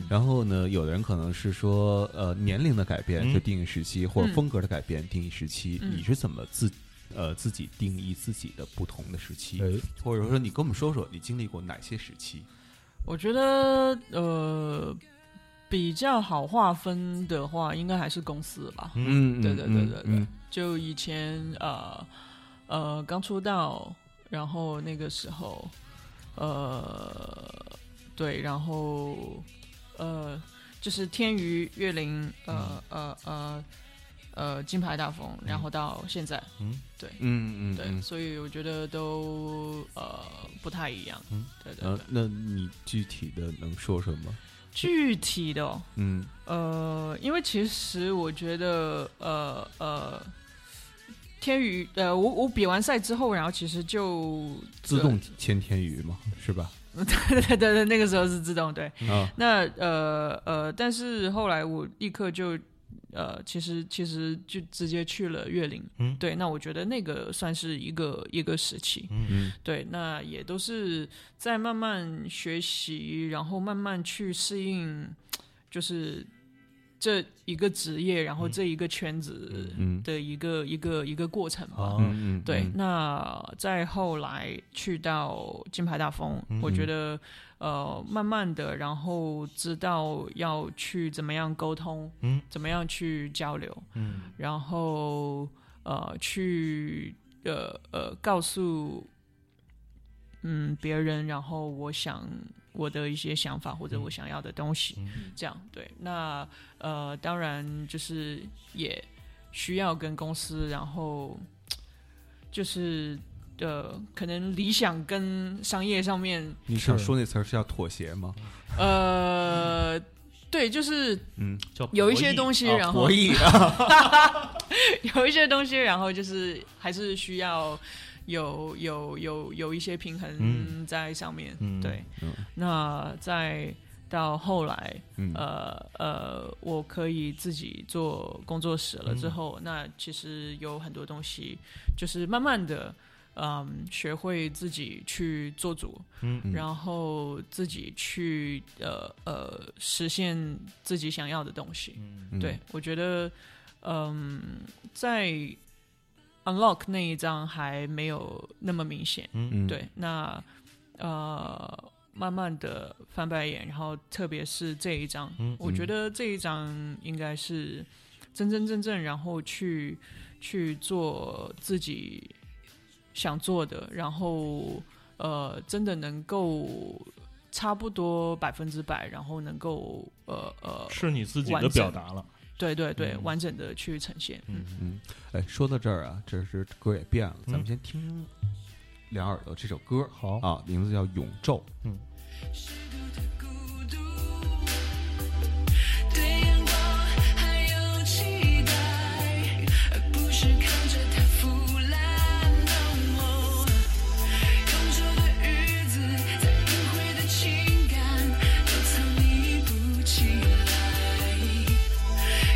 [SPEAKER 1] 然后呢，有的人可能是说呃年龄的改变
[SPEAKER 2] 嗯
[SPEAKER 1] 就定义时期，或者
[SPEAKER 3] 嗯
[SPEAKER 1] 风格的改变定义时期，
[SPEAKER 3] 嗯
[SPEAKER 1] 你是怎么自呃自己定义自己的不同的时期，
[SPEAKER 2] 哎
[SPEAKER 1] 或者说你跟我们说说你经历过哪些时期？
[SPEAKER 3] 我觉得呃比较好划分的话，应该还是公司吧。
[SPEAKER 1] 嗯
[SPEAKER 3] 对对对对对，就以前呃呃刚出道，然后那个时候呃对，然后呃就是天娱、乐林，呃
[SPEAKER 2] 嗯
[SPEAKER 3] 呃呃呃金牌大风，然后到现在，
[SPEAKER 2] 嗯
[SPEAKER 3] 对。
[SPEAKER 1] 嗯嗯
[SPEAKER 3] 对，
[SPEAKER 1] 嗯。
[SPEAKER 3] 所以我觉得都呃不太一样。
[SPEAKER 2] 嗯
[SPEAKER 3] 对对对，
[SPEAKER 1] 呃，那你具体的能说说吗？
[SPEAKER 3] 具体的、哦、
[SPEAKER 1] 嗯
[SPEAKER 3] 呃，因为其实我觉得呃呃，天宇呃，我我比完赛之后，然后其实就 *laughs*
[SPEAKER 1] 自动签天娱嘛，是吧？
[SPEAKER 3] 对对对，那个时候是自动对。
[SPEAKER 1] 啊，
[SPEAKER 3] 那呃呃，但是后来我立刻就呃，其实其实就直接去了乐林。
[SPEAKER 2] 嗯
[SPEAKER 3] 对，那我觉得那个算是一个一个时期。
[SPEAKER 2] 嗯
[SPEAKER 1] 嗯
[SPEAKER 3] 对，那也都是在慢慢学习，然后慢慢去适应，就是这一个职业，然后这一个圈子
[SPEAKER 1] 嗯
[SPEAKER 3] 的一个、一个一个过程吧。
[SPEAKER 2] 啊
[SPEAKER 1] 嗯嗯，
[SPEAKER 3] 对，
[SPEAKER 1] 嗯
[SPEAKER 3] 那再后来去到金牌大风，
[SPEAKER 1] 嗯
[SPEAKER 3] 我觉得呃，慢慢的，然后知道要去怎么样沟通，
[SPEAKER 2] 嗯，
[SPEAKER 3] 怎么样去交流，
[SPEAKER 2] 嗯
[SPEAKER 3] 然后呃，去呃呃告诉嗯别人，然后我想我的一些想法或者我想要的东西，
[SPEAKER 2] 嗯
[SPEAKER 3] 这样对。那呃，当然就是也需要跟公司，然后就是呃，可能理想跟商业上面，
[SPEAKER 1] 你想说那词儿是要妥协吗？
[SPEAKER 3] 呃，对，就是
[SPEAKER 1] 嗯，
[SPEAKER 2] 叫
[SPEAKER 3] 有一些东西，然后
[SPEAKER 1] 博
[SPEAKER 3] *laughs*
[SPEAKER 1] 弈啊，
[SPEAKER 3] 有一些东西，然后就是还是需要有有有有一些平衡
[SPEAKER 2] 嗯
[SPEAKER 3] 在上面。
[SPEAKER 2] 嗯
[SPEAKER 3] 对，
[SPEAKER 1] 嗯
[SPEAKER 3] 那再到后来，
[SPEAKER 1] 嗯
[SPEAKER 3] 呃呃，我可以自己做工作室
[SPEAKER 2] 嗯
[SPEAKER 3] 了之后，那其实有很多东西，就是慢慢的。嗯，学会自己去做主，
[SPEAKER 2] 嗯
[SPEAKER 1] 嗯
[SPEAKER 3] 然后自己去呃呃实现自己想要的东西。
[SPEAKER 2] 嗯
[SPEAKER 1] 嗯
[SPEAKER 3] 对，我觉得，嗯，在 Unlock 那一张还没有那么明显。
[SPEAKER 2] 嗯
[SPEAKER 1] 嗯，
[SPEAKER 3] 对，那呃，慢慢的翻白眼，然后特别是这一张，
[SPEAKER 2] 嗯
[SPEAKER 3] 我觉
[SPEAKER 1] 嗯
[SPEAKER 3] 得这一张应该是真真正正，然后去去做自己想做的，然后呃，真的能够。差不多百分之百，然后能够呃呃
[SPEAKER 2] 是你自己
[SPEAKER 3] 完
[SPEAKER 2] 的表
[SPEAKER 3] 整
[SPEAKER 2] 达了，
[SPEAKER 3] 对对对，
[SPEAKER 2] 嗯
[SPEAKER 3] 完整的去呈现。嗯
[SPEAKER 2] 嗯
[SPEAKER 1] 嗯，哎，说到这儿啊，这是歌也变了，咱们
[SPEAKER 2] 嗯
[SPEAKER 1] 先听两耳朵这首歌
[SPEAKER 2] 好
[SPEAKER 1] 啊，名字叫《永昼》。
[SPEAKER 4] 虚度的孤独，对阳光还有期待，而不是看着它腐烂。No，空愁的日子，在隐晦的情感都藏匿不起来。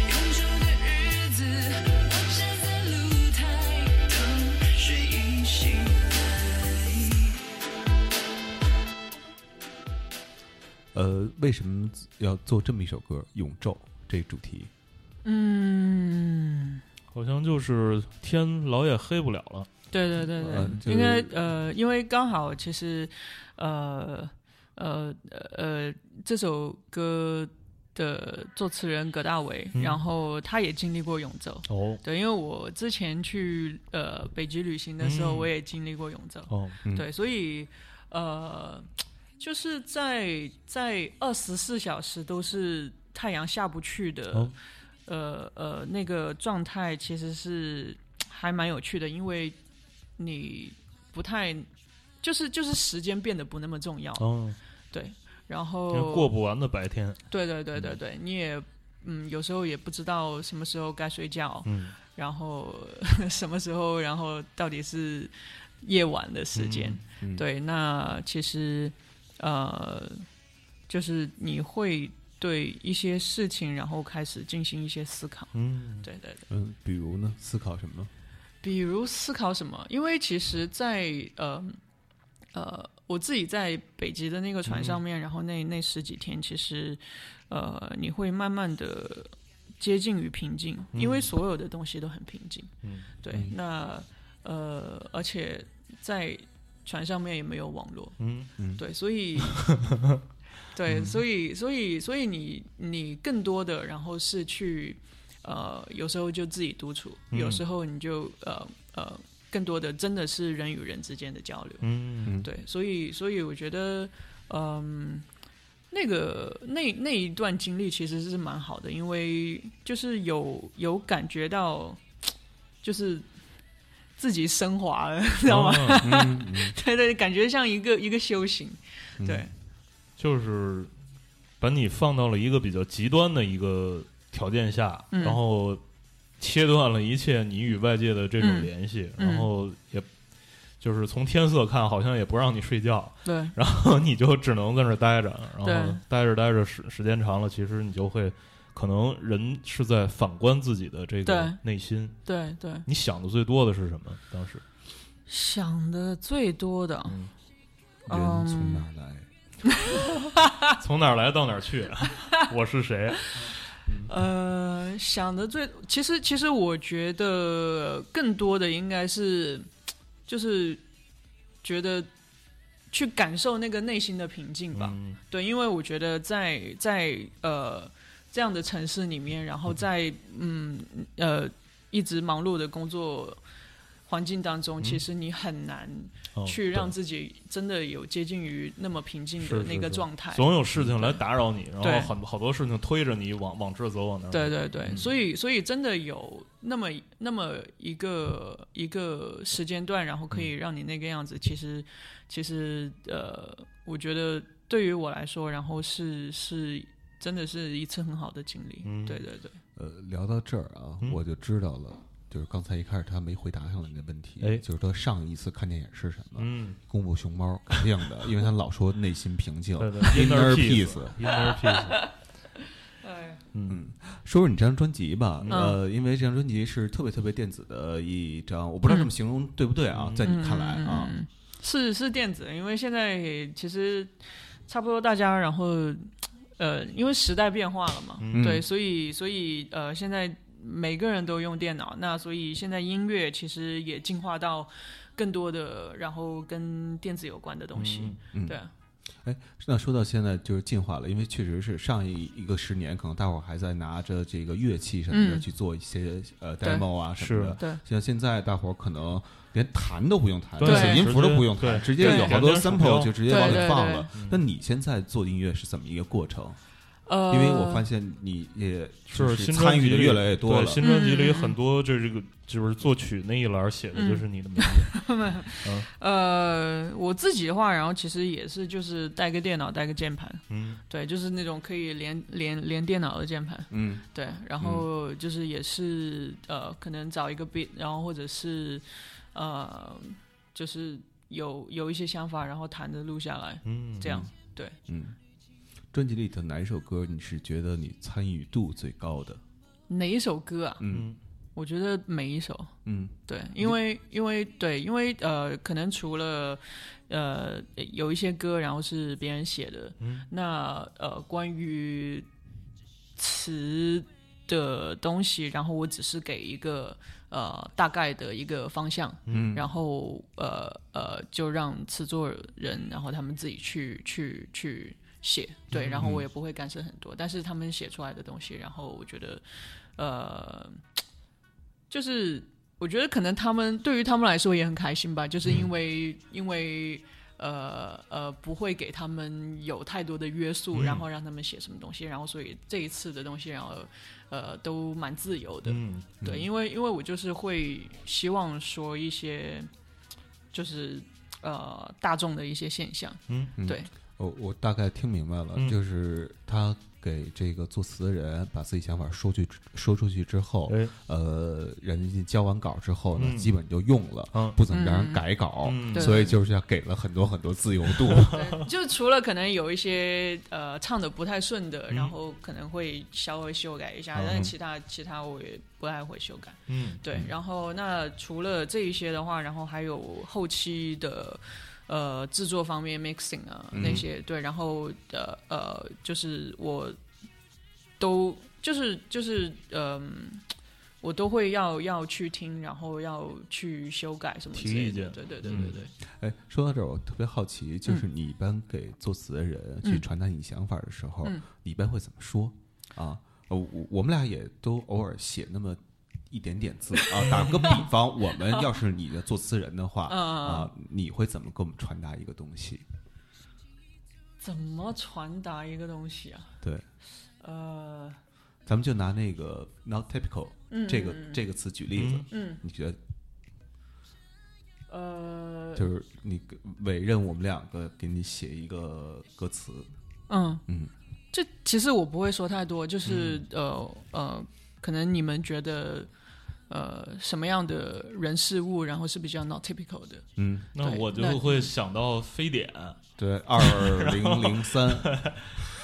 [SPEAKER 4] 空愁的日子，我站在露台等睡意醒来。
[SPEAKER 1] 呃，为什么要做这么一首歌《永昼》这主题？
[SPEAKER 3] 嗯，
[SPEAKER 2] 好像就是天老也黑不了了，
[SPEAKER 3] 对对对对，
[SPEAKER 1] 呃就是
[SPEAKER 3] 应该呃，因为刚好其实呃呃呃，这首歌的作词人葛大为，
[SPEAKER 2] 嗯
[SPEAKER 3] 然后他也经历过永州。
[SPEAKER 2] 哦
[SPEAKER 3] 对，因为我之前去呃北极旅行的时候，
[SPEAKER 2] 嗯
[SPEAKER 3] 我也经历过永州。
[SPEAKER 2] 哦，
[SPEAKER 1] 嗯
[SPEAKER 3] 对，所以呃，就是在在二十四小时都是太阳下不去的，
[SPEAKER 2] 哦
[SPEAKER 3] 呃呃，那个状态其实是还蛮有趣的，因为你不太就是就是时间变得不那么重要，
[SPEAKER 2] 哦，
[SPEAKER 3] 对，然
[SPEAKER 2] 因
[SPEAKER 3] 后
[SPEAKER 2] 为过不完的白天，
[SPEAKER 3] 对对对对对，你也嗯有时候也不知道什么时候该睡觉，
[SPEAKER 2] 嗯，
[SPEAKER 3] 然后 *laughs* 什么时候，然后到底是夜晚的时间，
[SPEAKER 1] 嗯
[SPEAKER 3] 对，那其实呃，就是你会对一些事情，然后开始进行一些思考。
[SPEAKER 2] 嗯，
[SPEAKER 3] 对对对，
[SPEAKER 1] 嗯，比如呢，思考什么？
[SPEAKER 3] 比如思考什么？因为其实在，呃呃，我自己在北极的那个船上面，然后那那十几天，其实呃，你会慢慢的接近于平静，因为所有的东西都很平静。
[SPEAKER 2] 嗯，
[SPEAKER 3] 对，
[SPEAKER 1] 嗯
[SPEAKER 3] 那呃，而且在船上面也没有网络，
[SPEAKER 2] 嗯，
[SPEAKER 3] 对，所以，对，所以，所以，所以你你更多的，然后是去，呃，有时候就自己独处，有
[SPEAKER 2] 嗯
[SPEAKER 3] 时候你就呃呃，更多的真的是人与人之间的交流。
[SPEAKER 2] 嗯，
[SPEAKER 1] 嗯
[SPEAKER 3] 对，所以，所以我觉得，嗯、那个那那一段经历其实是蛮好的，因为就是有有感觉到，就是自己升华了， *laughs* 知道吗？
[SPEAKER 2] 吗？
[SPEAKER 1] 嗯嗯
[SPEAKER 3] 对对，感觉像一个一个修行。
[SPEAKER 1] 嗯
[SPEAKER 3] 对，
[SPEAKER 2] *laughs* 就是把你放到了一个比较极端的一个条件下，
[SPEAKER 3] 嗯
[SPEAKER 2] 然后切断了一切你与外界的这种
[SPEAKER 3] 嗯
[SPEAKER 2] 联系，
[SPEAKER 3] 嗯
[SPEAKER 2] 然后也就是从天色看，好像也不让你睡觉， *laughs*
[SPEAKER 3] 对。
[SPEAKER 2] 然后你就只能在那儿待着，然
[SPEAKER 3] 对
[SPEAKER 2] 后待着待着时时间长了，其实你就会。可能人是在反观自己的这个
[SPEAKER 3] 对
[SPEAKER 2] 内心，
[SPEAKER 3] 对对，
[SPEAKER 2] 你想的最多的是什么？当时，
[SPEAKER 3] 想的最多的，
[SPEAKER 2] 嗯，
[SPEAKER 1] 人从哪儿来？
[SPEAKER 3] *laughs*
[SPEAKER 2] 从哪儿来到哪儿去，我是谁？
[SPEAKER 3] 呃，想的最，其实其实我觉得更多的应该是，就是觉得去感受那个内心的平静吧。
[SPEAKER 2] 嗯
[SPEAKER 3] 对，因为我觉得在在呃这样的城市里面，然后在嗯呃一直忙碌的工作环境当中，其实你很难
[SPEAKER 2] 嗯哦
[SPEAKER 3] 去让
[SPEAKER 2] 对
[SPEAKER 3] 自己真的有接近于那么平静
[SPEAKER 2] 是
[SPEAKER 3] 的
[SPEAKER 2] 是
[SPEAKER 3] 那个
[SPEAKER 2] 是
[SPEAKER 3] 状态。
[SPEAKER 2] 总有事情来打扰你，然
[SPEAKER 3] 对
[SPEAKER 2] 后很好多事情推着你往往这儿走，往那儿走。
[SPEAKER 3] 对对对，
[SPEAKER 2] 嗯
[SPEAKER 3] 所以所以真的有那么那么一个一个时间段，然后可以让你那个样子，其实其实呃，我觉得对于我来说，然后是是真的是一次很好的经历。
[SPEAKER 2] 嗯
[SPEAKER 3] 对对对，
[SPEAKER 1] 呃，聊到这儿啊，
[SPEAKER 2] 嗯
[SPEAKER 1] 我就知道了，就是刚才一开始他没回答上来那问题，
[SPEAKER 2] 哎
[SPEAKER 1] 就是他上一次看电影是什么？
[SPEAKER 2] 嗯，
[SPEAKER 1] 功夫熊猫肯定的，因为他老说内心平
[SPEAKER 2] *laughs*
[SPEAKER 1] 静
[SPEAKER 2] 对对
[SPEAKER 1] ，inner
[SPEAKER 2] peace，
[SPEAKER 1] peace。
[SPEAKER 2] inner
[SPEAKER 3] *laughs*
[SPEAKER 2] peace，
[SPEAKER 3] 哎，
[SPEAKER 2] 嗯
[SPEAKER 1] 说说你这张专辑吧，
[SPEAKER 3] 嗯
[SPEAKER 1] 呃，因为这张专辑是特别特别电子的一张，我不知道这么形容对不对啊，
[SPEAKER 2] 嗯
[SPEAKER 1] 在你看来啊，
[SPEAKER 3] 嗯是是电子，因为现在其实差不多大家，然后呃，因为时代变化了嘛，
[SPEAKER 1] 嗯
[SPEAKER 3] 对，所以所以呃，现在每个人都用电脑，那所以现在音乐其实也进化到更多的，然后跟电子有关的东西。
[SPEAKER 2] 嗯
[SPEAKER 1] 嗯
[SPEAKER 3] 对，啊
[SPEAKER 1] 那说到现在就是进化了，因为确实是上一一个十年，可能大伙儿还在拿着这个乐器什么的
[SPEAKER 3] 嗯
[SPEAKER 1] 去做一些、呃
[SPEAKER 3] 对
[SPEAKER 1] demo 啊什么的。
[SPEAKER 3] 对
[SPEAKER 1] 像现在大伙儿可能连弹都不用弹，
[SPEAKER 2] 对
[SPEAKER 1] 小音符都不用弹，直
[SPEAKER 2] 直
[SPEAKER 1] 接
[SPEAKER 3] 接
[SPEAKER 1] 有好多
[SPEAKER 2] 对
[SPEAKER 1] sample 就直接往里
[SPEAKER 3] 对对
[SPEAKER 1] 放了
[SPEAKER 2] 对。嗯
[SPEAKER 1] 那你现在做音乐是怎么一个过程？
[SPEAKER 3] 呃，
[SPEAKER 1] 因为我发现你也就是
[SPEAKER 2] 新专
[SPEAKER 1] 参与的
[SPEAKER 2] 辑里
[SPEAKER 1] 越来越多
[SPEAKER 2] 对，
[SPEAKER 1] 了，
[SPEAKER 2] 新专辑里
[SPEAKER 3] 嗯嗯嗯
[SPEAKER 2] 很多这这个就是作曲那一栏写的就是你的名字，
[SPEAKER 3] 呃，我自己的话，然后其实也是就是带个电脑，带个键盘，
[SPEAKER 2] 嗯，
[SPEAKER 3] 对，就是那种可以连连连电脑的键盘。
[SPEAKER 1] 嗯
[SPEAKER 3] 对，然后就是也是呃，可能找一个 beat，然后或者是呃，就是有有一些想法，然后弹着录下来，
[SPEAKER 2] 嗯，
[SPEAKER 3] 这样。对，
[SPEAKER 1] 嗯。专辑里的哪一首歌你是觉得你参与度最高的？
[SPEAKER 3] 哪一首歌啊？
[SPEAKER 1] 嗯
[SPEAKER 2] 嗯，
[SPEAKER 3] 我觉得每一首，
[SPEAKER 1] 嗯
[SPEAKER 3] 对，因为因为对，因为呃，可能除了呃有一些歌，然后是别人写的，
[SPEAKER 2] 嗯
[SPEAKER 3] 那呃关于词的东西，然后我只是给一个呃大概的一个方向，
[SPEAKER 1] 嗯，
[SPEAKER 3] 然后呃呃，就让制作人，然后他们自己去去去写，对，然后我也不会干涉很多，但是他们写出来的东西，然后我觉得，呃，就是我觉得可能他们对于他们来说也很开心吧，就是因为、因为。呃呃，不会给他们有太多的约束，然后让他们写什么东西，然后所以这一次的东西，然后呃都蛮自由的，
[SPEAKER 2] 嗯
[SPEAKER 3] 对，因为因为我就是会希望说一些，就是呃大众的一些
[SPEAKER 2] *laughs*
[SPEAKER 3] 现象，
[SPEAKER 2] 嗯
[SPEAKER 1] 嗯
[SPEAKER 3] 对，
[SPEAKER 1] 我我大概听明白了，
[SPEAKER 2] 嗯
[SPEAKER 1] 就是他给这个作词的人把自己想法说去说出去之
[SPEAKER 3] 哦
[SPEAKER 1] 后，
[SPEAKER 2] 哎，
[SPEAKER 1] 呃，人家交完稿之后呢，
[SPEAKER 2] 嗯
[SPEAKER 1] 基本就用了，
[SPEAKER 2] 嗯
[SPEAKER 1] 不怎么让人改稿，
[SPEAKER 2] 嗯
[SPEAKER 3] 对
[SPEAKER 1] 所以就是要给了很多很多自由度。
[SPEAKER 3] 对，就除了可能有一些呃唱的不太顺的，
[SPEAKER 2] 嗯
[SPEAKER 3] 然后可能会稍微修改一下，
[SPEAKER 2] 嗯
[SPEAKER 3] 但是其他其他我也不太会修改。
[SPEAKER 2] 嗯
[SPEAKER 3] 对，然后那除了这一些的话，然后还有后期的呃制作方面 mixing 啊、那些，对，然后呃呃，就是我都就是就是嗯、我都会要要去听，然后要去修改什么之
[SPEAKER 2] 提
[SPEAKER 3] 类
[SPEAKER 2] 意
[SPEAKER 3] 的，
[SPEAKER 2] 见
[SPEAKER 3] 对对对
[SPEAKER 2] 嗯
[SPEAKER 3] 对对。
[SPEAKER 1] 哎，说到这儿，我特别好奇，就是你一般给作词的人去
[SPEAKER 3] 嗯
[SPEAKER 1] 传达你想法的时候，
[SPEAKER 3] 嗯
[SPEAKER 1] 你一般会怎么说啊？呃我我们俩也都偶尔写那么。一点点字啊，打个比方，我们要是你的作词人的话
[SPEAKER 3] 嗯嗯嗯
[SPEAKER 1] 啊，你会怎么给我们传达一个东西？
[SPEAKER 3] 怎么传达一个东西啊？
[SPEAKER 1] 对，
[SPEAKER 3] 呃，
[SPEAKER 1] 咱们就拿那个 not typical
[SPEAKER 3] 嗯，
[SPEAKER 1] 这个这个词举例子，
[SPEAKER 3] 嗯
[SPEAKER 1] 你觉得
[SPEAKER 3] 呃，
[SPEAKER 1] 就是你给委任我们两个给你写一个歌词，
[SPEAKER 3] 嗯，
[SPEAKER 1] 嗯
[SPEAKER 3] 这其实我不会说太多，就是、呃呃，可能你们觉得呃什么样的人事物，然后是比较 not typical 的，
[SPEAKER 1] 嗯，
[SPEAKER 2] 那
[SPEAKER 3] 对
[SPEAKER 2] 我就
[SPEAKER 3] 那
[SPEAKER 2] 会想到非典，
[SPEAKER 1] 对，二零零三，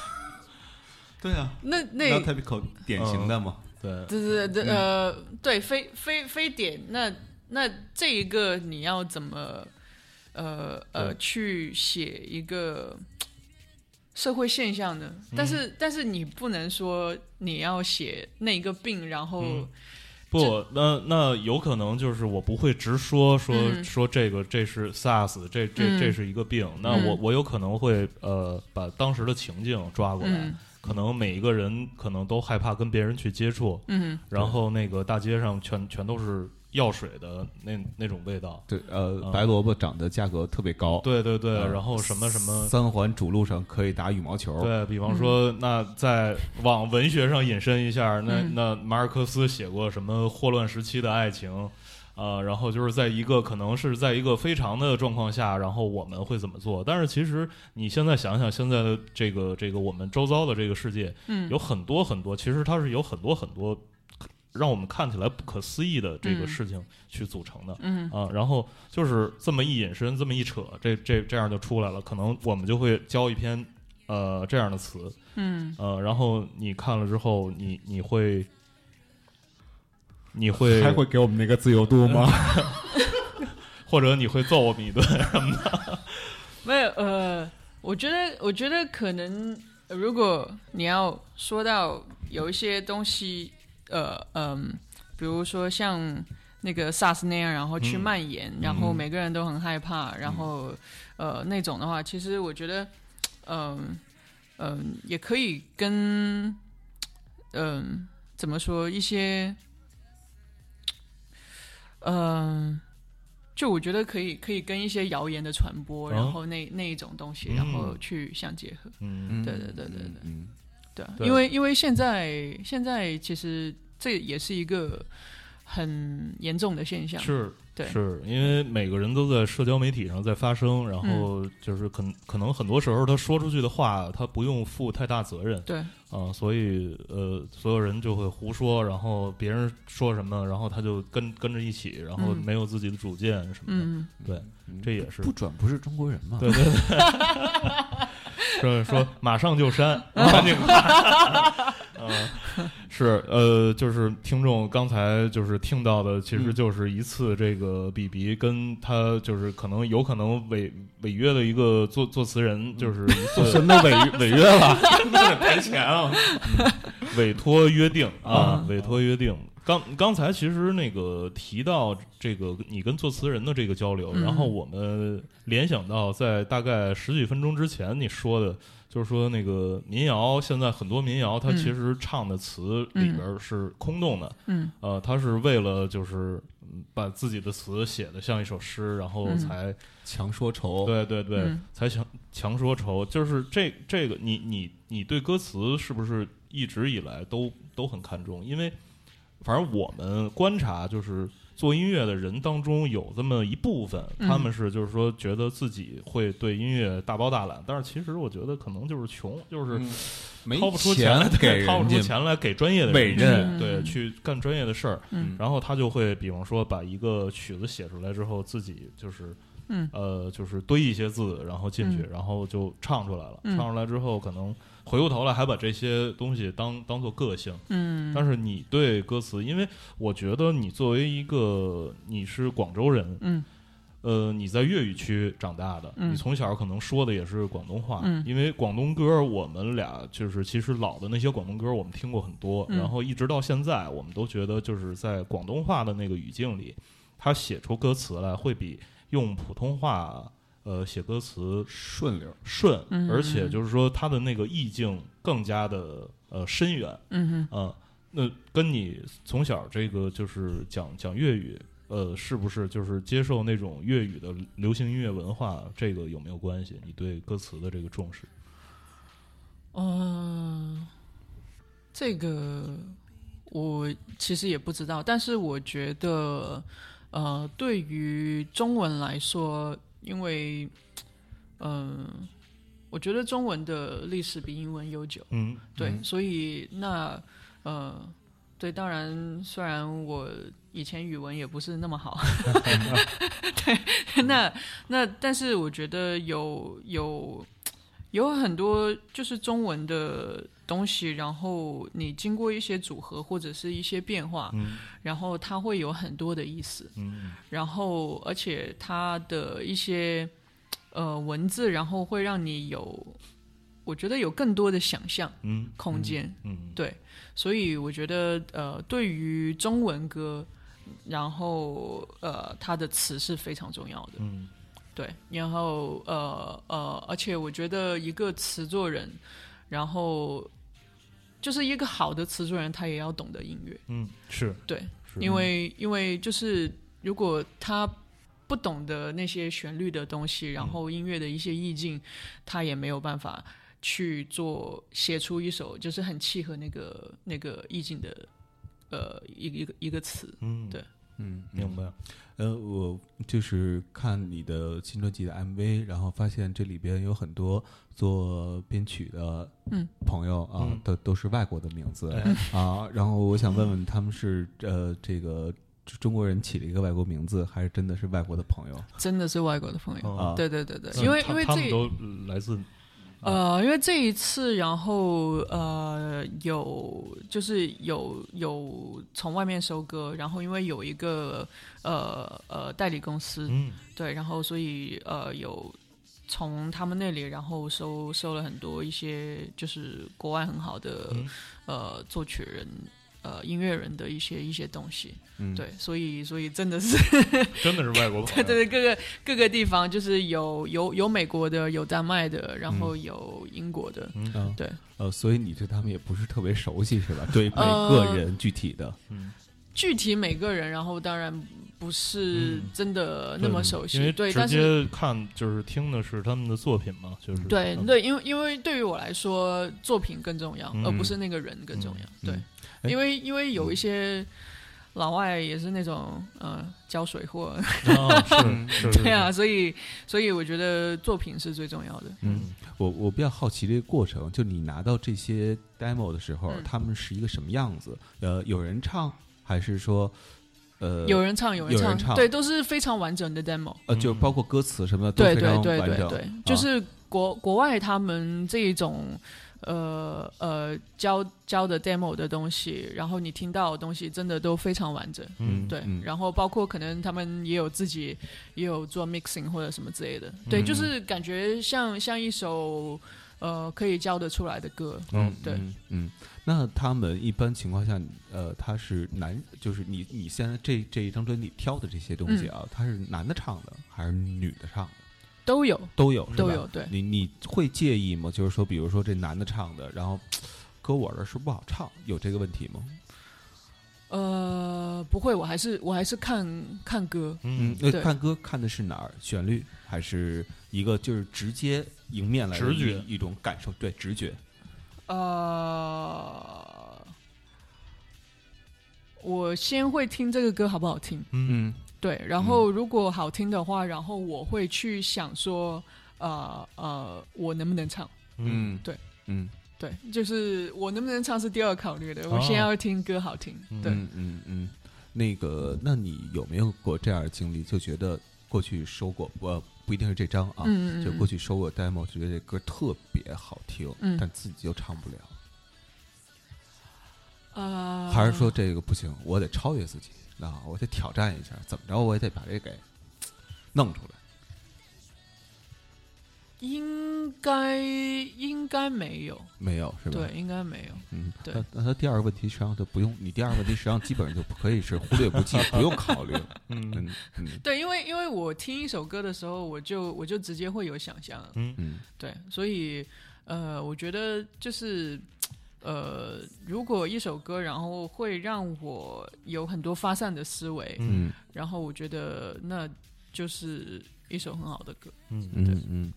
[SPEAKER 2] *laughs*
[SPEAKER 1] 对啊
[SPEAKER 3] 那那
[SPEAKER 1] ，not typical 典型的嘛，
[SPEAKER 2] 对，
[SPEAKER 3] 对对对、呃对非非非典，那那这一个你要怎么呃呃去写一个社会现象的，但是、但是你不能说你要写那一个病，然后、
[SPEAKER 2] 嗯不，那那有可能就是我不会直说说、
[SPEAKER 3] 嗯
[SPEAKER 2] 说这个这是 SARS，这这
[SPEAKER 3] 嗯
[SPEAKER 2] 这是一个病。那我我有可能会呃把当时的情境抓过来，
[SPEAKER 3] 嗯
[SPEAKER 2] 可能每一个人可能都害怕跟别人去接触，
[SPEAKER 3] 嗯
[SPEAKER 2] 然后那个大街上全全都是药水的那那种味道。
[SPEAKER 1] 对，呃，
[SPEAKER 2] 嗯
[SPEAKER 1] 白萝卜涨的价格特别高，
[SPEAKER 2] 对对对，
[SPEAKER 1] 嗯
[SPEAKER 2] 然后什么什么。
[SPEAKER 1] 三环主路上可以打羽毛球，
[SPEAKER 2] 对比方说，那再往文学上引申一下，那
[SPEAKER 3] 嗯
[SPEAKER 2] 那马尔克斯写过什么霍乱时期的爱情，啊、然后就是在一个可能是在一个非常的状况下，然后我们会怎么做？但是其实你现在想想，现在的这个这个我们周遭的这个世界，
[SPEAKER 3] 嗯
[SPEAKER 2] 有很多很多，其实它是有很多很多让我们看起来不可思议的这个
[SPEAKER 3] 嗯
[SPEAKER 2] 事情去组成的。
[SPEAKER 3] 嗯
[SPEAKER 2] 啊，然后就是这么一引申，这么一扯，这这这样就出来了。可能我们就会教一篇呃这样的词，
[SPEAKER 3] 嗯
[SPEAKER 2] 呃，然后你看了之后，你你会你会
[SPEAKER 5] 还会给我们那个自由度吗？
[SPEAKER 2] 或者你会揍我们一顿，
[SPEAKER 3] 没有呃，我觉得我觉得可能呃如果你要说到有一些东西，呃嗯、比如说像那个 SARS 那样，然后去
[SPEAKER 2] 嗯
[SPEAKER 3] 蔓延，然后
[SPEAKER 2] 嗯
[SPEAKER 3] 每个人都很害怕，然后呃那种的话，其实我觉得，嗯、嗯、也可以跟嗯、怎么说一些嗯。就我觉得可以，可以跟一些谣言的传播，
[SPEAKER 2] 哦
[SPEAKER 3] 然后那那一种东西，
[SPEAKER 2] 嗯
[SPEAKER 3] 然后去相结合。
[SPEAKER 2] 嗯
[SPEAKER 1] 嗯，
[SPEAKER 3] *laughs* 对对对对对
[SPEAKER 1] 嗯，
[SPEAKER 3] 对啊，
[SPEAKER 2] 对
[SPEAKER 3] 因为因为现在现在其实这也是一个很严重的
[SPEAKER 2] *laughs*
[SPEAKER 3] 现象。
[SPEAKER 2] 是，
[SPEAKER 3] 对
[SPEAKER 2] 是因为每个人都在社交媒体上在发声，然后
[SPEAKER 3] 嗯
[SPEAKER 2] 就是可能可能很多时候他说出去的话，他不用负太大责任
[SPEAKER 3] 对，
[SPEAKER 2] 啊、所以呃，所有人就会胡说，然后别人说什么，然后他就跟跟着一起，然后
[SPEAKER 3] 嗯
[SPEAKER 2] 没有自己的主见什么的，
[SPEAKER 3] 嗯，
[SPEAKER 2] 对，这也是
[SPEAKER 1] 不转不是中国人嘛？
[SPEAKER 2] 对对
[SPEAKER 3] *laughs*
[SPEAKER 2] 对，说说马上就删，赶紧看。嗯，是呃，就是听众刚才就是听到的，其
[SPEAKER 5] 嗯
[SPEAKER 2] 实就是一次这个比比跟他就是可能有可能违违约的一个作作词人，就是一次
[SPEAKER 5] 真的违违约了，
[SPEAKER 2] 赔钱啊， *laughs* 委托约定啊，委托约定。刚刚才其实那个提到这个你跟作词人的这个交流，
[SPEAKER 3] 嗯
[SPEAKER 2] 然后我们联想到在大概十几分钟之前你说的，就是说那个民谣现在很多民谣它
[SPEAKER 3] 嗯
[SPEAKER 2] 其实唱的词里边儿是空洞的，
[SPEAKER 3] 嗯，
[SPEAKER 2] 呃，它是为了就是嗯把自己的词写的像一首诗，然后
[SPEAKER 3] 嗯
[SPEAKER 2] 才
[SPEAKER 1] *laughs* 强说愁，
[SPEAKER 2] 对对对，
[SPEAKER 3] 嗯
[SPEAKER 2] 才强强说愁，就是这这个你你你对歌词是不是一直以来都都很看重？因为反正我们观察，就是做音乐的人当中有这么一部分，
[SPEAKER 3] 嗯
[SPEAKER 2] 他们是就是说觉得自己会对音乐大包大揽，但是其实我觉得可能就是穷，就是
[SPEAKER 1] 嗯没
[SPEAKER 2] 掏不出
[SPEAKER 1] 钱
[SPEAKER 2] 来，
[SPEAKER 1] 给
[SPEAKER 2] *laughs* 掏
[SPEAKER 1] 人
[SPEAKER 2] 不出
[SPEAKER 1] 家，
[SPEAKER 2] 钱来给专业的
[SPEAKER 1] 委
[SPEAKER 2] 人去
[SPEAKER 1] 任
[SPEAKER 2] 对
[SPEAKER 3] 嗯
[SPEAKER 2] 去干专业的事儿。
[SPEAKER 3] 嗯
[SPEAKER 2] 然后他就会，比方说把一个曲子写出来之后，自己就是，
[SPEAKER 3] 嗯
[SPEAKER 2] 呃，就是堆一些字，然后进去，
[SPEAKER 3] 嗯
[SPEAKER 2] 然后就唱出来了。
[SPEAKER 3] 嗯
[SPEAKER 2] 唱出来之后，可能回过头来还把这些东西当当做个性。
[SPEAKER 3] 嗯，
[SPEAKER 2] 但是你对歌词，因为我觉得你作为一个你是广州人，
[SPEAKER 3] 嗯
[SPEAKER 2] 呃，你在粤语区长大的，
[SPEAKER 3] 嗯
[SPEAKER 2] 你从小可能说的也是广东话，
[SPEAKER 3] 嗯
[SPEAKER 2] 因为广东歌我们俩就是其实老的那些广东歌我们听过很多，
[SPEAKER 3] 嗯
[SPEAKER 2] 然后一直到现在，我们都觉得就是在广东话的那个语境里，他写出歌词来会比用普通话呃写歌词
[SPEAKER 1] 顺溜，
[SPEAKER 2] 顺，
[SPEAKER 3] 嗯
[SPEAKER 2] 而且就是说它的那个意境更加的呃深远，
[SPEAKER 3] 嗯哼
[SPEAKER 2] 啊，那跟你从小这个就是讲讲粤语，呃，是不是就是接受那种粤语的流行音乐文化，这个有没有关系？你对歌词的这个重视？
[SPEAKER 3] 嗯，这个我其实也不知道，但是我觉得，呃，对于中文来说，因为，嗯、我觉得中文的历史比英文悠久，
[SPEAKER 2] 嗯，
[SPEAKER 3] 对，所以那，呃，对，当然，虽然我以前语文也不是那么
[SPEAKER 2] *laughs*
[SPEAKER 3] 好，对，那那，但是我觉得有有有很多就是中文的东西，然后你经过一些组合或者是一些变化，
[SPEAKER 2] 嗯
[SPEAKER 3] 然后它会有很多的意思，
[SPEAKER 2] 嗯
[SPEAKER 3] 然后而且它的一些呃文字，然后会让你有我觉得有更多的想象
[SPEAKER 2] 嗯，
[SPEAKER 3] 空间。
[SPEAKER 2] 嗯，
[SPEAKER 3] 对，所以我觉得呃，对于中文歌，然后呃，它的词是非常重要的。
[SPEAKER 2] 嗯，
[SPEAKER 3] 对，然后呃呃，而且我觉得一个词作人，然后就是一个好的词作人，他也要懂得音乐。
[SPEAKER 2] 嗯，是，
[SPEAKER 3] 对，
[SPEAKER 2] 是
[SPEAKER 3] 因为因为就是如果他不懂得那些旋律的东西，
[SPEAKER 2] 嗯
[SPEAKER 3] 然后音乐的一些意境，他也没有办法去做写出一首就是很契合那个那个意境的呃一个一个一个词。
[SPEAKER 2] 嗯，
[SPEAKER 3] 对
[SPEAKER 1] 嗯，
[SPEAKER 2] 明白，
[SPEAKER 1] 呃，我就是看你的新专辑的 MV，然后发现这里边有很多做编曲的
[SPEAKER 3] 嗯
[SPEAKER 1] 朋友啊，
[SPEAKER 2] 嗯
[SPEAKER 1] 都都是外国的名字、
[SPEAKER 2] 哎
[SPEAKER 1] 啊。然后我想问问他们是呃这个中国人起了一个外国名字，还是真的是外国的朋友
[SPEAKER 3] 真的是外国的朋友，
[SPEAKER 2] 哦
[SPEAKER 1] 啊？
[SPEAKER 3] 对对对对，
[SPEAKER 2] 嗯
[SPEAKER 3] 因为
[SPEAKER 2] 他
[SPEAKER 3] 因为
[SPEAKER 2] 他
[SPEAKER 3] 这
[SPEAKER 2] 们都来自
[SPEAKER 3] 呃，因为这一次，然后呃，有就是有有从外面收割，然后因为有一个呃呃代理公司，
[SPEAKER 2] 嗯
[SPEAKER 3] 对，然后所以呃有从他们那里，然后收收了很多一些就是国外很好的、
[SPEAKER 2] 嗯
[SPEAKER 3] 呃作曲人。呃，音乐人的一些一些东西，
[SPEAKER 1] 嗯，
[SPEAKER 3] 对，所以所以真的是， *laughs*
[SPEAKER 2] 真的是外国朋
[SPEAKER 3] 对
[SPEAKER 2] 友，
[SPEAKER 3] 对对，各个各个地方就是有有有美国的，有丹麦的，然后有英国的，
[SPEAKER 1] 啊
[SPEAKER 2] 嗯
[SPEAKER 3] 对，
[SPEAKER 1] 呃，所以你对他们也不是特别熟悉是吧？对每
[SPEAKER 3] 呃
[SPEAKER 1] 个人具体的，
[SPEAKER 2] 嗯，
[SPEAKER 3] 具体每个人，然后当然不是
[SPEAKER 2] 嗯
[SPEAKER 3] 真的那么熟悉，
[SPEAKER 2] 因为
[SPEAKER 3] 对，
[SPEAKER 2] 直
[SPEAKER 3] 但是
[SPEAKER 2] 接看就是听的是他们的作品嘛，就是
[SPEAKER 3] 对
[SPEAKER 2] 嗯
[SPEAKER 3] 对，因为因为对于我来说，作品更重要，
[SPEAKER 2] 嗯
[SPEAKER 3] 而不是那个人更重要。
[SPEAKER 1] 嗯哎嗯
[SPEAKER 3] 对，因为因为有一些老外也是那种呃胶水货，
[SPEAKER 2] 啊
[SPEAKER 1] 嗯
[SPEAKER 2] 是是
[SPEAKER 3] *laughs*
[SPEAKER 2] 是，
[SPEAKER 3] 对啊，所以所以我觉得作品是最重要的。
[SPEAKER 2] 嗯，
[SPEAKER 1] 我我比较好奇这个过程，就你拿到这些 demo 的时候，
[SPEAKER 3] 嗯
[SPEAKER 1] 他们是一个什么样子？呃，有人唱，还是说，呃，
[SPEAKER 3] 有人唱，有人
[SPEAKER 1] 有人
[SPEAKER 3] 唱，
[SPEAKER 1] 唱
[SPEAKER 3] 对，都是非常完整的 demo。
[SPEAKER 1] 呃，就包括歌词什么的，都
[SPEAKER 3] 对
[SPEAKER 1] 非
[SPEAKER 3] 对
[SPEAKER 1] 常
[SPEAKER 3] 对
[SPEAKER 1] 完
[SPEAKER 3] 对
[SPEAKER 1] 整
[SPEAKER 3] 对
[SPEAKER 1] 啊，
[SPEAKER 3] 就是国国外他们这一种呃呃教教的 demo 的东西，然后你听到的东西真的都非常完整，
[SPEAKER 2] 嗯
[SPEAKER 3] 对。
[SPEAKER 1] 嗯
[SPEAKER 3] 然后包括可能他们也有自己也有做 mixing 或者什么之类的，
[SPEAKER 1] 嗯
[SPEAKER 3] 对，就是感觉像像一首呃可以教得出来的歌，
[SPEAKER 2] 嗯
[SPEAKER 3] 对
[SPEAKER 1] 嗯嗯，那他们一般情况下，呃，他是男，就是你你现在这这一张专辑挑的这些东西
[SPEAKER 3] 嗯
[SPEAKER 1] 啊，他是男的唱的还是女的唱的？
[SPEAKER 3] 都有
[SPEAKER 1] 都有，是吧
[SPEAKER 3] 都有，对。
[SPEAKER 1] 你你会介意吗？就是说，比如说这男的唱的，然后搁我这儿是不好唱，有这个问题吗？
[SPEAKER 3] 呃，不会，我还是我还是看看歌，
[SPEAKER 2] 嗯，
[SPEAKER 1] 那
[SPEAKER 3] 对
[SPEAKER 1] 看歌看的是哪儿？旋律还是一个就是直接迎面来的
[SPEAKER 2] 直
[SPEAKER 1] 一
[SPEAKER 2] 觉
[SPEAKER 1] 一种感受？对，直觉。
[SPEAKER 3] 呃，我先会听这个歌好不好听，
[SPEAKER 1] 嗯
[SPEAKER 3] 对，然后如果好听的话，然后我会去想说，呃呃，我能不能唱？
[SPEAKER 2] 嗯
[SPEAKER 1] 嗯，
[SPEAKER 3] 对，
[SPEAKER 1] 嗯
[SPEAKER 3] 对，就是我能不能唱是第二考虑的，
[SPEAKER 2] 哦
[SPEAKER 3] 我先要听歌好听。对，
[SPEAKER 1] 嗯嗯嗯。那个，那你有没有过这样的经历？就觉得过去收过，呃，不一定是这张啊，
[SPEAKER 3] 嗯嗯
[SPEAKER 1] 就
[SPEAKER 3] 嗯
[SPEAKER 1] 过去收过 demo，觉得这歌特别好听，
[SPEAKER 3] 嗯
[SPEAKER 1] 但自己又唱不了，
[SPEAKER 3] 呃，
[SPEAKER 1] 嗯还是说这个不行，我得超越自己啊，我得挑战一下，怎么着我也得把这给弄出来。
[SPEAKER 3] 应该应该没有，
[SPEAKER 1] 没有是吧？
[SPEAKER 3] 对，应该没有。
[SPEAKER 1] 嗯，
[SPEAKER 3] 对
[SPEAKER 1] 那那他第二个问题实际上就不用，你第二个问题实际上基本上就不可以是忽略不计，不用考虑。
[SPEAKER 2] 嗯
[SPEAKER 1] 嗯嗯
[SPEAKER 3] 对，因为因为我听一首歌的时候，我就我就直接会有想象，
[SPEAKER 2] 嗯
[SPEAKER 1] 嗯
[SPEAKER 3] 对，所以呃，我觉得就是呃，如果一首歌，然后会让我有很多发散的思维，
[SPEAKER 1] 嗯
[SPEAKER 3] 然后我觉得那就是一首很好的歌。
[SPEAKER 2] 嗯嗯。
[SPEAKER 1] 嗯嗯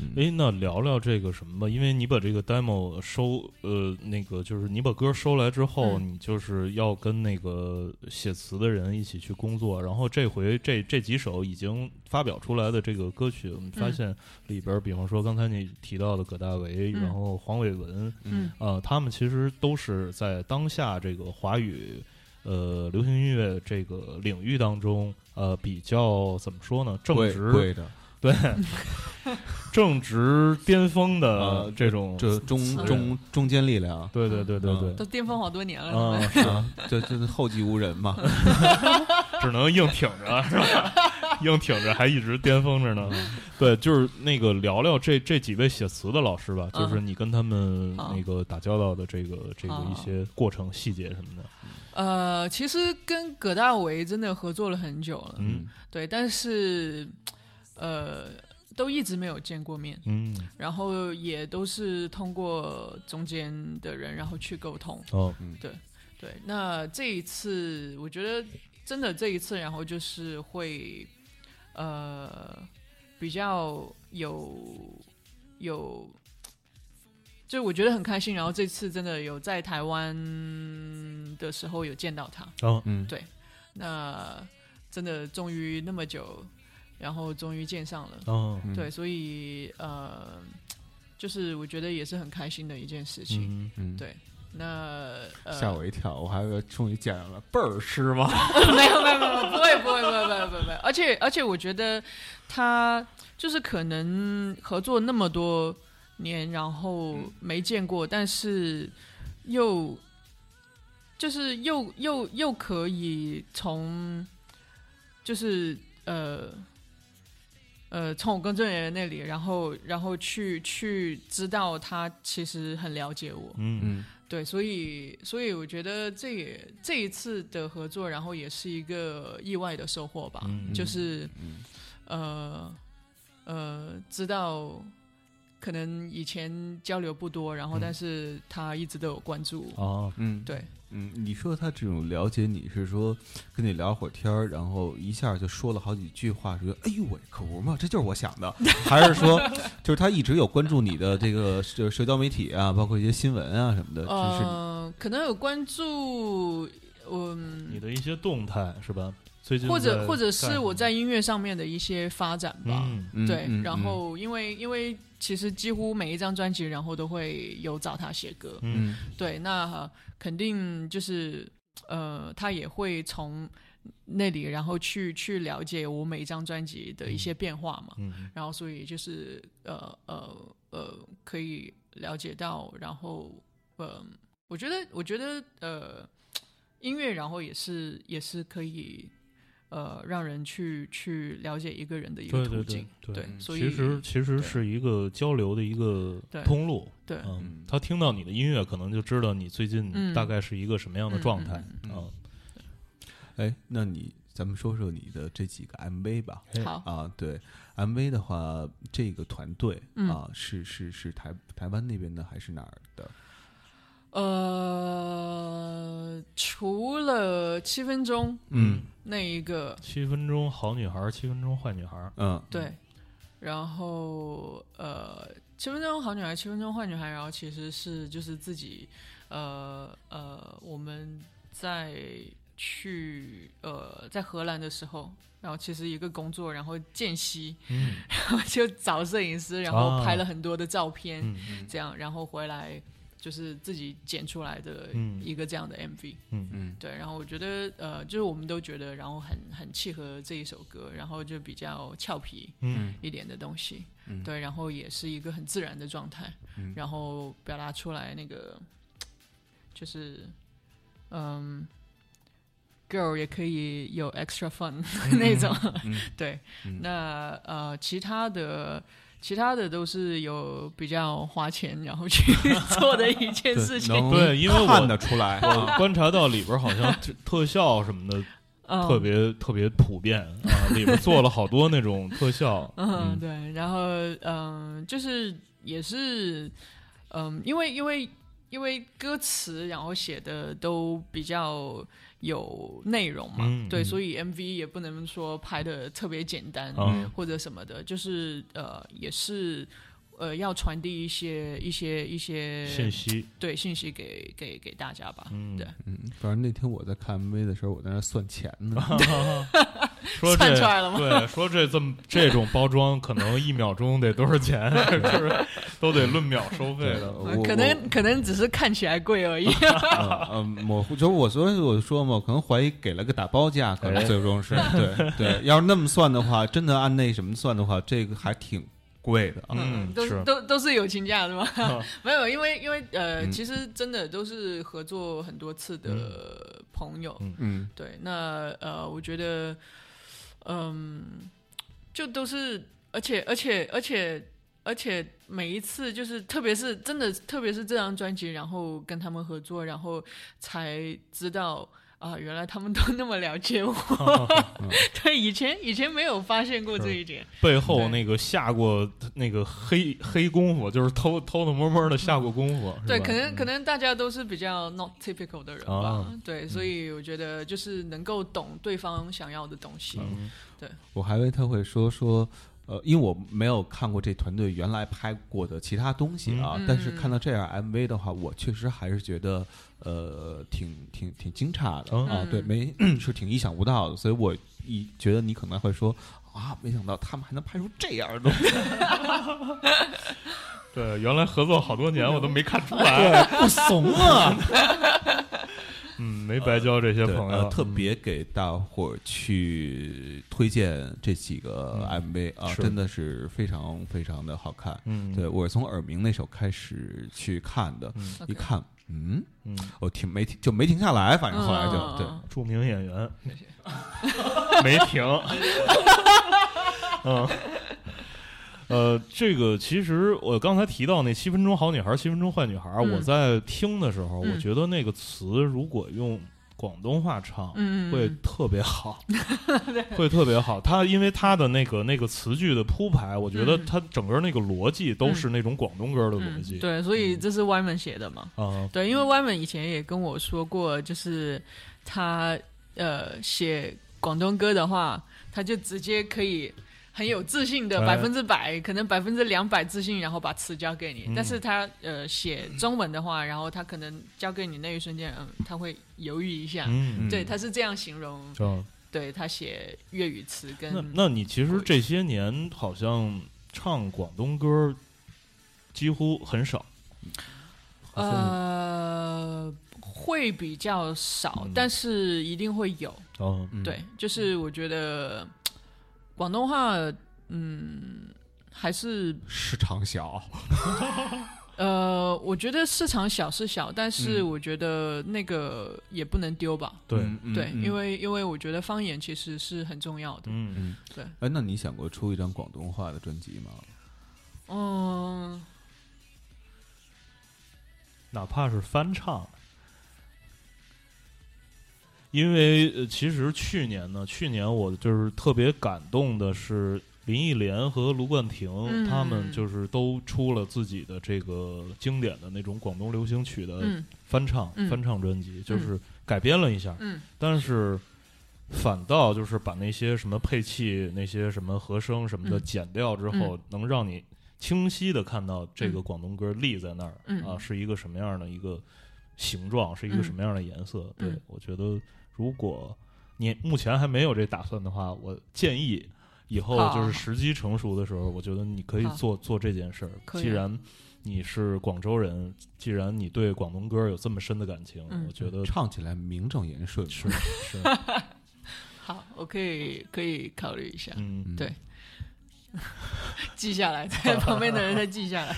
[SPEAKER 1] 嗯，
[SPEAKER 2] 哎，那聊聊这个什么吧，因为你把这个 demo 收，呃，那个就是你把歌收来之后，
[SPEAKER 3] 嗯
[SPEAKER 2] 你就是要跟那个写词的人一起去工作。然后这回这这几首已经发表出来的这个歌曲，我们发
[SPEAKER 3] 嗯
[SPEAKER 2] 现里边儿，比方说刚才你提到的葛大为，
[SPEAKER 3] 嗯
[SPEAKER 2] 然后黄伟文，
[SPEAKER 1] 嗯
[SPEAKER 2] 呃，他们其实都是在当下这个华语呃流行音乐这个领域当中，呃，比较怎么说呢，正
[SPEAKER 1] 贵
[SPEAKER 2] 直
[SPEAKER 1] 贵的，
[SPEAKER 2] 对， *laughs* 正值巅峰的
[SPEAKER 1] 呃
[SPEAKER 2] 这种，
[SPEAKER 1] 这中
[SPEAKER 3] 词人
[SPEAKER 1] 中中坚力量，
[SPEAKER 2] 对对对对对，
[SPEAKER 3] 都巅峰好多年了，
[SPEAKER 1] 哦
[SPEAKER 2] 啊、
[SPEAKER 1] 啊，这这后继无人嘛。
[SPEAKER 2] 啊只能硬挺着，是吧？硬挺着，还一直巅峰着呢。
[SPEAKER 1] 嗯
[SPEAKER 2] 对，就是那个聊聊这这几位写词的老师吧，就是你跟他们
[SPEAKER 3] 嗯
[SPEAKER 2] 那个打交道的这个这个
[SPEAKER 3] 哦
[SPEAKER 2] 一些过程细节什么的。
[SPEAKER 3] 呃，其实跟葛大为真的合作了很久了，
[SPEAKER 2] 嗯
[SPEAKER 3] 对，但是呃，都一直没有见过面，
[SPEAKER 2] 嗯
[SPEAKER 3] 然后也都是通过中间的人，然后去沟通。
[SPEAKER 2] 哦
[SPEAKER 3] 对，那这一次我觉得真的这一次，然后就是会呃比较有有，就我觉得很开心。然后这次真的有在台湾的时候有见到他，
[SPEAKER 2] 哦
[SPEAKER 1] 嗯，
[SPEAKER 3] 对那真的终于那么久，然后终于见上了。
[SPEAKER 2] 哦
[SPEAKER 1] 嗯
[SPEAKER 3] 对，，所以呃，就是我觉得也是很开心的一件事情。
[SPEAKER 2] 嗯
[SPEAKER 1] 嗯
[SPEAKER 3] 对那呃，
[SPEAKER 1] 吓我一跳，我还以为终于见上了，倍儿失望。
[SPEAKER 3] 没有没有没有，不会不会不会不会不会不会，而且而且我觉得他就是可能合作那么多年，然后没见过，但是又就是又又又可以从就是呃。呃，从我跟这人那里，然后，然后去去知道他其实很了解我，
[SPEAKER 2] 嗯
[SPEAKER 3] 对，所以所以我觉得这也这一次的合作，然后也是一个意外的收获吧，
[SPEAKER 2] 嗯
[SPEAKER 3] 就是
[SPEAKER 1] 嗯
[SPEAKER 3] 呃呃，知道可能以前交流不多，然后
[SPEAKER 2] 嗯
[SPEAKER 3] 但是他一直都有关注我，
[SPEAKER 2] 哦
[SPEAKER 1] 嗯，
[SPEAKER 3] 对，
[SPEAKER 1] 嗯，你说他这种了解你是说跟你聊会儿天儿，然后一下就说了好几句话，说哎呦喂，可不嘛，这就是我想的，
[SPEAKER 3] *laughs*
[SPEAKER 1] 还是说就是他一直有关注你的这个社社交媒体啊，包括一些新闻啊什么的，就是
[SPEAKER 3] 呃，可能有关注，
[SPEAKER 2] 你
[SPEAKER 3] 嗯，
[SPEAKER 2] 的一些动态是吧？最近
[SPEAKER 3] 或
[SPEAKER 2] 在
[SPEAKER 3] 者或者
[SPEAKER 2] 干
[SPEAKER 3] 是
[SPEAKER 2] 什
[SPEAKER 3] 我
[SPEAKER 2] 么
[SPEAKER 3] 在音乐上面的一些发展吧，
[SPEAKER 2] 嗯
[SPEAKER 1] 嗯
[SPEAKER 3] 对，
[SPEAKER 1] 嗯
[SPEAKER 3] 然后因为因为其实几乎每一张专辑，然后都会有找他写歌，
[SPEAKER 2] 嗯
[SPEAKER 1] 嗯
[SPEAKER 3] 对，那肯定就是呃，他也会从那里，然后去去了解我每一张专辑的一些变化嘛，
[SPEAKER 2] 嗯
[SPEAKER 3] 然后所以就是呃呃呃，可以了解到，然后呃，我觉得我觉得呃，音乐然后也是也是可以。呃，让人去去了解一个人的一个
[SPEAKER 2] 对
[SPEAKER 3] 途
[SPEAKER 2] 对
[SPEAKER 3] 径，
[SPEAKER 2] 对对
[SPEAKER 3] 所以
[SPEAKER 2] 其实其实是一个交流的一个
[SPEAKER 3] 对
[SPEAKER 2] 通路，
[SPEAKER 3] 对
[SPEAKER 2] 嗯
[SPEAKER 1] 嗯，
[SPEAKER 2] 他听到你的音乐，可能就知道你最近
[SPEAKER 3] 嗯
[SPEAKER 2] 大概是一个什么样的状态
[SPEAKER 3] 嗯
[SPEAKER 1] 嗯嗯
[SPEAKER 2] 啊。
[SPEAKER 1] 哎，那你咱们说说你的这几个 MV 吧。
[SPEAKER 2] 嗯嘿
[SPEAKER 3] 好，
[SPEAKER 1] 啊，对，MV 的话，这个团队、
[SPEAKER 3] 嗯
[SPEAKER 1] 啊，是是是台台湾那边的还是哪儿的？
[SPEAKER 3] 呃，除了七分钟
[SPEAKER 1] 嗯
[SPEAKER 3] 那一个，
[SPEAKER 2] 七分钟好女孩，七分钟坏女
[SPEAKER 3] *laughs*
[SPEAKER 2] 孩，
[SPEAKER 1] 嗯，
[SPEAKER 3] 对，然后呃，七分钟好女孩，七分钟坏女孩，然后其实是就是自己，呃呃，我们在去呃在荷兰的时候，然后其实一个工作，然后间隙，
[SPEAKER 2] 嗯
[SPEAKER 3] *laughs* 然后就找摄影师，然
[SPEAKER 2] 啊
[SPEAKER 3] 后拍了很多的照片，
[SPEAKER 2] 嗯
[SPEAKER 1] 嗯
[SPEAKER 3] 这样，然后回来就是自己剪出来的
[SPEAKER 2] 嗯
[SPEAKER 3] 一个这样的 MV。
[SPEAKER 2] 嗯
[SPEAKER 1] 嗯
[SPEAKER 3] 对，然后我觉得呃，就是我们都觉得，然后很很契合这一首歌，然后就比较俏皮
[SPEAKER 2] 嗯
[SPEAKER 3] 一点的东西，
[SPEAKER 1] 嗯
[SPEAKER 3] 对，然后也是一个很自然的状态，
[SPEAKER 1] 嗯
[SPEAKER 3] 然后表达出来那个就是嗯，girl 也可以有 extra fun 那种，
[SPEAKER 1] *laughs* 嗯
[SPEAKER 3] 对，
[SPEAKER 1] 嗯
[SPEAKER 3] 那呃其他的。其他的都是有比较花钱然后去做的一
[SPEAKER 1] *laughs*
[SPEAKER 3] 件
[SPEAKER 1] 对
[SPEAKER 3] 事情，
[SPEAKER 1] 能
[SPEAKER 2] 对因为我
[SPEAKER 1] 看得出来，啊
[SPEAKER 2] 我 *laughs* 观察到里边好像特特效什么的
[SPEAKER 3] 嗯，
[SPEAKER 2] 特别特别普遍啊，里边做了好多那种特效
[SPEAKER 3] 嗯，
[SPEAKER 2] 嗯
[SPEAKER 3] 对，然后嗯，就是也是嗯，因为因为因为歌词然后写的都比较有内容嘛，
[SPEAKER 2] 嗯
[SPEAKER 3] 对，
[SPEAKER 2] 嗯
[SPEAKER 3] 所以 MV 也不能说拍的特别简单、
[SPEAKER 1] 哦
[SPEAKER 2] 啊
[SPEAKER 3] 或者什么的，就是呃，也是呃要传递一些一些一些
[SPEAKER 2] 信息，
[SPEAKER 3] 对信息给给给大家吧，
[SPEAKER 2] 嗯，
[SPEAKER 3] 对
[SPEAKER 1] 嗯，反正那天我在看 MV 的时候，我在那算钱呢。
[SPEAKER 2] 啊说
[SPEAKER 3] 算
[SPEAKER 2] 这
[SPEAKER 3] 出来了吗
[SPEAKER 2] 对，说这这么这种包装，可能一秒钟得多少钱， *laughs* 是不是都得论秒收费的？啊
[SPEAKER 1] 我我
[SPEAKER 3] 呃可能可能只是看起来贵
[SPEAKER 2] *laughs*
[SPEAKER 3] 而已，
[SPEAKER 1] 嗯嗯，我就是我所以我就说嘛，我可能怀疑给了个打包价，可
[SPEAKER 2] 哎
[SPEAKER 1] 能最
[SPEAKER 2] *laughs*
[SPEAKER 1] 终是对对。要是那么算的话，真的按那什么算的话，这个还挺贵的啊。
[SPEAKER 2] 嗯
[SPEAKER 3] 都
[SPEAKER 2] 是啊
[SPEAKER 3] 都都是友情价是吗？ *laughs* 没有，因为因为呃，
[SPEAKER 1] 嗯
[SPEAKER 3] 其实真的都是合作很多次的朋友，
[SPEAKER 2] 嗯
[SPEAKER 1] 嗯
[SPEAKER 3] 对，那呃，我觉得嗯，就都是，而且而且而且而且每一次就是，特别是真的，特别是这张专辑，然后跟他们合作，然后才知道。啊，原来他们都那么了
[SPEAKER 2] *laughs*
[SPEAKER 3] 解我，对，以前以前没有发现过这
[SPEAKER 2] *laughs*
[SPEAKER 3] 一点，
[SPEAKER 2] 背后
[SPEAKER 3] 对
[SPEAKER 2] 那个下过那个黑黑功夫，就是偷偷偷摸摸的下过功夫。
[SPEAKER 3] 嗯对，
[SPEAKER 2] 是吧嗯
[SPEAKER 3] 可能可能大家都是比较 not typical 的人吧，
[SPEAKER 2] 啊
[SPEAKER 3] 对，所以我觉得就是能够懂对方想要的东西，
[SPEAKER 2] 嗯
[SPEAKER 1] 我还以为他会说说，呃，因为我没有看过这团队原来拍过的其他东西啊，
[SPEAKER 3] 嗯
[SPEAKER 1] 但是看到这样 MV 的话，我确实还是觉得呃，挺挺挺惊诧的、
[SPEAKER 2] 嗯
[SPEAKER 1] 啊，对，没 *clears throat* 是挺意想不到的，所以我一觉得你可能会说啊，没想到他们还能拍出这样的东
[SPEAKER 2] *laughs*
[SPEAKER 1] 西，
[SPEAKER 2] 对，原来合作好多年，我都没看出来。
[SPEAKER 5] 不怂啊！
[SPEAKER 2] 嗯，没白交这些
[SPEAKER 1] 对
[SPEAKER 2] 朋
[SPEAKER 1] 呃
[SPEAKER 2] 友，
[SPEAKER 1] 特别给大伙儿去推荐这几个 MV 啊，
[SPEAKER 2] 嗯是
[SPEAKER 1] 真的是非常非常的好看。
[SPEAKER 2] 嗯，嗯
[SPEAKER 1] 对，我是从耳鸣那首开始去看的，
[SPEAKER 2] 嗯
[SPEAKER 1] 一
[SPEAKER 3] OK
[SPEAKER 1] 看，嗯，
[SPEAKER 2] 嗯，
[SPEAKER 1] 我停没停就没停下来，反正后来就、
[SPEAKER 3] 嗯
[SPEAKER 1] 对。
[SPEAKER 2] 著名演员， *laughs* 没停。嗯，呃，这个其实我刚才提到那七分钟好女孩、七分钟坏女孩，
[SPEAKER 3] 嗯
[SPEAKER 2] 我在听的时候，
[SPEAKER 3] 嗯
[SPEAKER 2] 我觉得那个词如果用广东话唱，
[SPEAKER 3] 嗯，
[SPEAKER 2] 会特别
[SPEAKER 3] *laughs*
[SPEAKER 2] 好，会特别好。它因为它的那个那个词句的铺排，我觉得
[SPEAKER 3] 嗯
[SPEAKER 2] 它整个那个逻辑都是那种广东歌的逻辑。
[SPEAKER 3] 嗯，对，所以这是 Wyman 写的嘛，
[SPEAKER 2] 啊，
[SPEAKER 3] 对，因为 Wyman 以前也跟我说过，就是他呃写广东歌的话，他就直接可以很有自信的
[SPEAKER 2] 哎
[SPEAKER 3] 百分之百，可能百分之两百自信，然后把词交给你。
[SPEAKER 2] 嗯
[SPEAKER 3] 但是他呃写中文的话，然后他可能交给你那一瞬间，嗯，他会犹豫一下。
[SPEAKER 2] 嗯，
[SPEAKER 3] 对，他是这样形容，
[SPEAKER 2] 这样。
[SPEAKER 3] 对他写粤语词跟
[SPEAKER 2] 那那你其实这些年好像唱广东歌几乎很少，
[SPEAKER 3] 呃会比较少，
[SPEAKER 2] 嗯
[SPEAKER 3] 但是一定会有。
[SPEAKER 2] 嗯
[SPEAKER 1] 嗯
[SPEAKER 3] 对，就是我觉得广东话，嗯，还是
[SPEAKER 1] 市场小，
[SPEAKER 3] 呃，我觉得市场小是小，但是
[SPEAKER 1] 嗯
[SPEAKER 3] 我觉得那个也不能丢吧。
[SPEAKER 2] 对，
[SPEAKER 1] 嗯嗯
[SPEAKER 3] 对，
[SPEAKER 1] 嗯
[SPEAKER 3] 因为因为我觉得方言其实是很重要的。
[SPEAKER 2] 嗯，
[SPEAKER 1] 嗯，
[SPEAKER 3] 对，
[SPEAKER 1] 哎，那你想过出一张广东话的专辑吗？
[SPEAKER 3] 嗯，
[SPEAKER 2] 哪怕是翻唱。因为呃，其实去年呢，去年我就是特别感动的是林忆莲和卢冠廷，
[SPEAKER 3] 嗯
[SPEAKER 2] 他们就是都出了自己的这个经典的那种广东流行曲
[SPEAKER 1] 呃
[SPEAKER 2] 的
[SPEAKER 3] 嗯
[SPEAKER 2] 翻唱、
[SPEAKER 3] 嗯
[SPEAKER 2] 翻唱专辑，就是改编了一下，
[SPEAKER 3] 嗯
[SPEAKER 2] 但是反倒就是把那些什么配器、那些什么和声什么的
[SPEAKER 3] 嗯
[SPEAKER 2] 剪掉之后，能让你清晰的看到这个广东歌立在那儿、
[SPEAKER 3] 嗯
[SPEAKER 2] 啊，是一个什么样的一个形状，是一个
[SPEAKER 3] 嗯
[SPEAKER 2] 什么样的颜色。
[SPEAKER 3] 嗯
[SPEAKER 2] 对我觉得，如果你目前还没有这打算的话，我建议。以后
[SPEAKER 3] 好
[SPEAKER 2] 就是时机成熟的时候，我觉得你可以
[SPEAKER 3] 好
[SPEAKER 2] 做做这件事儿。
[SPEAKER 3] 可以
[SPEAKER 2] 既然你是广州人，既然你对广东歌有这么深的感情，
[SPEAKER 3] 嗯
[SPEAKER 2] 我觉得
[SPEAKER 1] 唱起来名正言顺嘛，
[SPEAKER 2] 是是，
[SPEAKER 3] 好，我可以可以考虑一下，
[SPEAKER 2] 嗯，
[SPEAKER 1] 嗯
[SPEAKER 3] 对记下来，在旁边的人再记下来。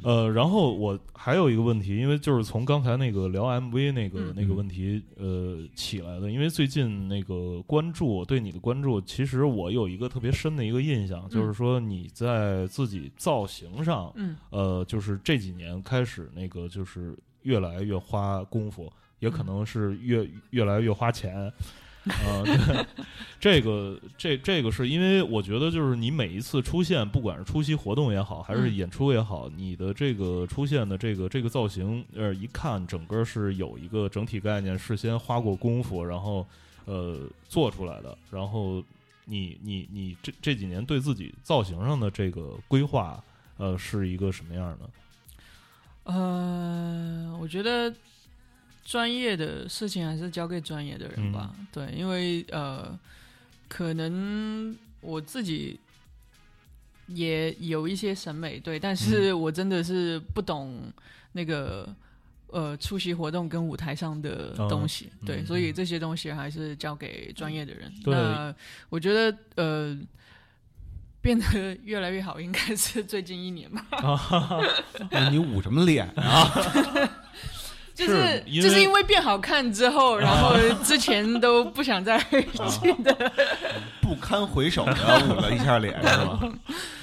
[SPEAKER 2] 呃，然后我还有一个问题，因为就是从刚才那个聊 MV 那个、
[SPEAKER 3] 嗯
[SPEAKER 2] 那个问题呃起来的，因为最近那个关注我对你的关注，其实我有一个特别深的一个印象，就是说你在自己造型上，
[SPEAKER 3] 嗯
[SPEAKER 2] 呃，就是这几年开始那个就是越来越花功夫，也
[SPEAKER 3] 嗯
[SPEAKER 2] 可能是越、越来越花钱。啊、对，这个这这个是因为我觉得就是你每一次出现，不管是出席活动也好，还是
[SPEAKER 3] 嗯
[SPEAKER 2] 演出也好，你的这个出现的这个这个造型，呃，一看整个是有一个整体概念，事先花过功夫，然后呃做出来的。然后你你你这这几年对自己造型上的这个规划，呃，是一个什么样的？
[SPEAKER 3] 呃，我觉得专业的事情还是交给专业的人吧。
[SPEAKER 2] 嗯
[SPEAKER 3] 对，因为呃，可能我自己也有一些审美，对，但是
[SPEAKER 2] 嗯
[SPEAKER 3] 我真的是不懂那个。呃，出席活动跟舞台上的
[SPEAKER 2] 哦
[SPEAKER 3] 东西，
[SPEAKER 2] 嗯
[SPEAKER 3] 对，
[SPEAKER 2] 嗯
[SPEAKER 3] 所以这些东西还是交给专业的人。
[SPEAKER 2] 对
[SPEAKER 3] 那我觉得呃，变得 *laughs* 越来越好，应该是最近一年吧。
[SPEAKER 1] 那你捂什么脸啊？
[SPEAKER 3] 就是
[SPEAKER 2] 因
[SPEAKER 3] 就是
[SPEAKER 2] 为啊
[SPEAKER 3] 因为变好看之后，然后之前都不
[SPEAKER 2] *laughs*
[SPEAKER 3] 想再记得。
[SPEAKER 1] 不堪回首的捂了一下脸，是吗？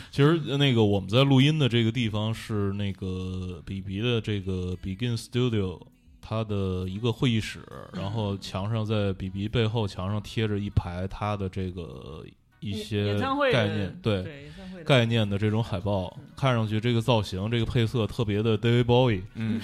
[SPEAKER 2] 其实呃那个我们在录音的这个地方是那个比比的这个 Begin Studio 它的一个会议室，然后墙上在比比背后墙上贴着一排它的这个一些
[SPEAKER 3] 嗯演唱会
[SPEAKER 2] 概
[SPEAKER 3] 的
[SPEAKER 2] 念，对
[SPEAKER 3] 对演嗯唱会的
[SPEAKER 2] 概念的这种海报，看上去这个造型这个配色特别的 David Bowie，
[SPEAKER 1] 嗯，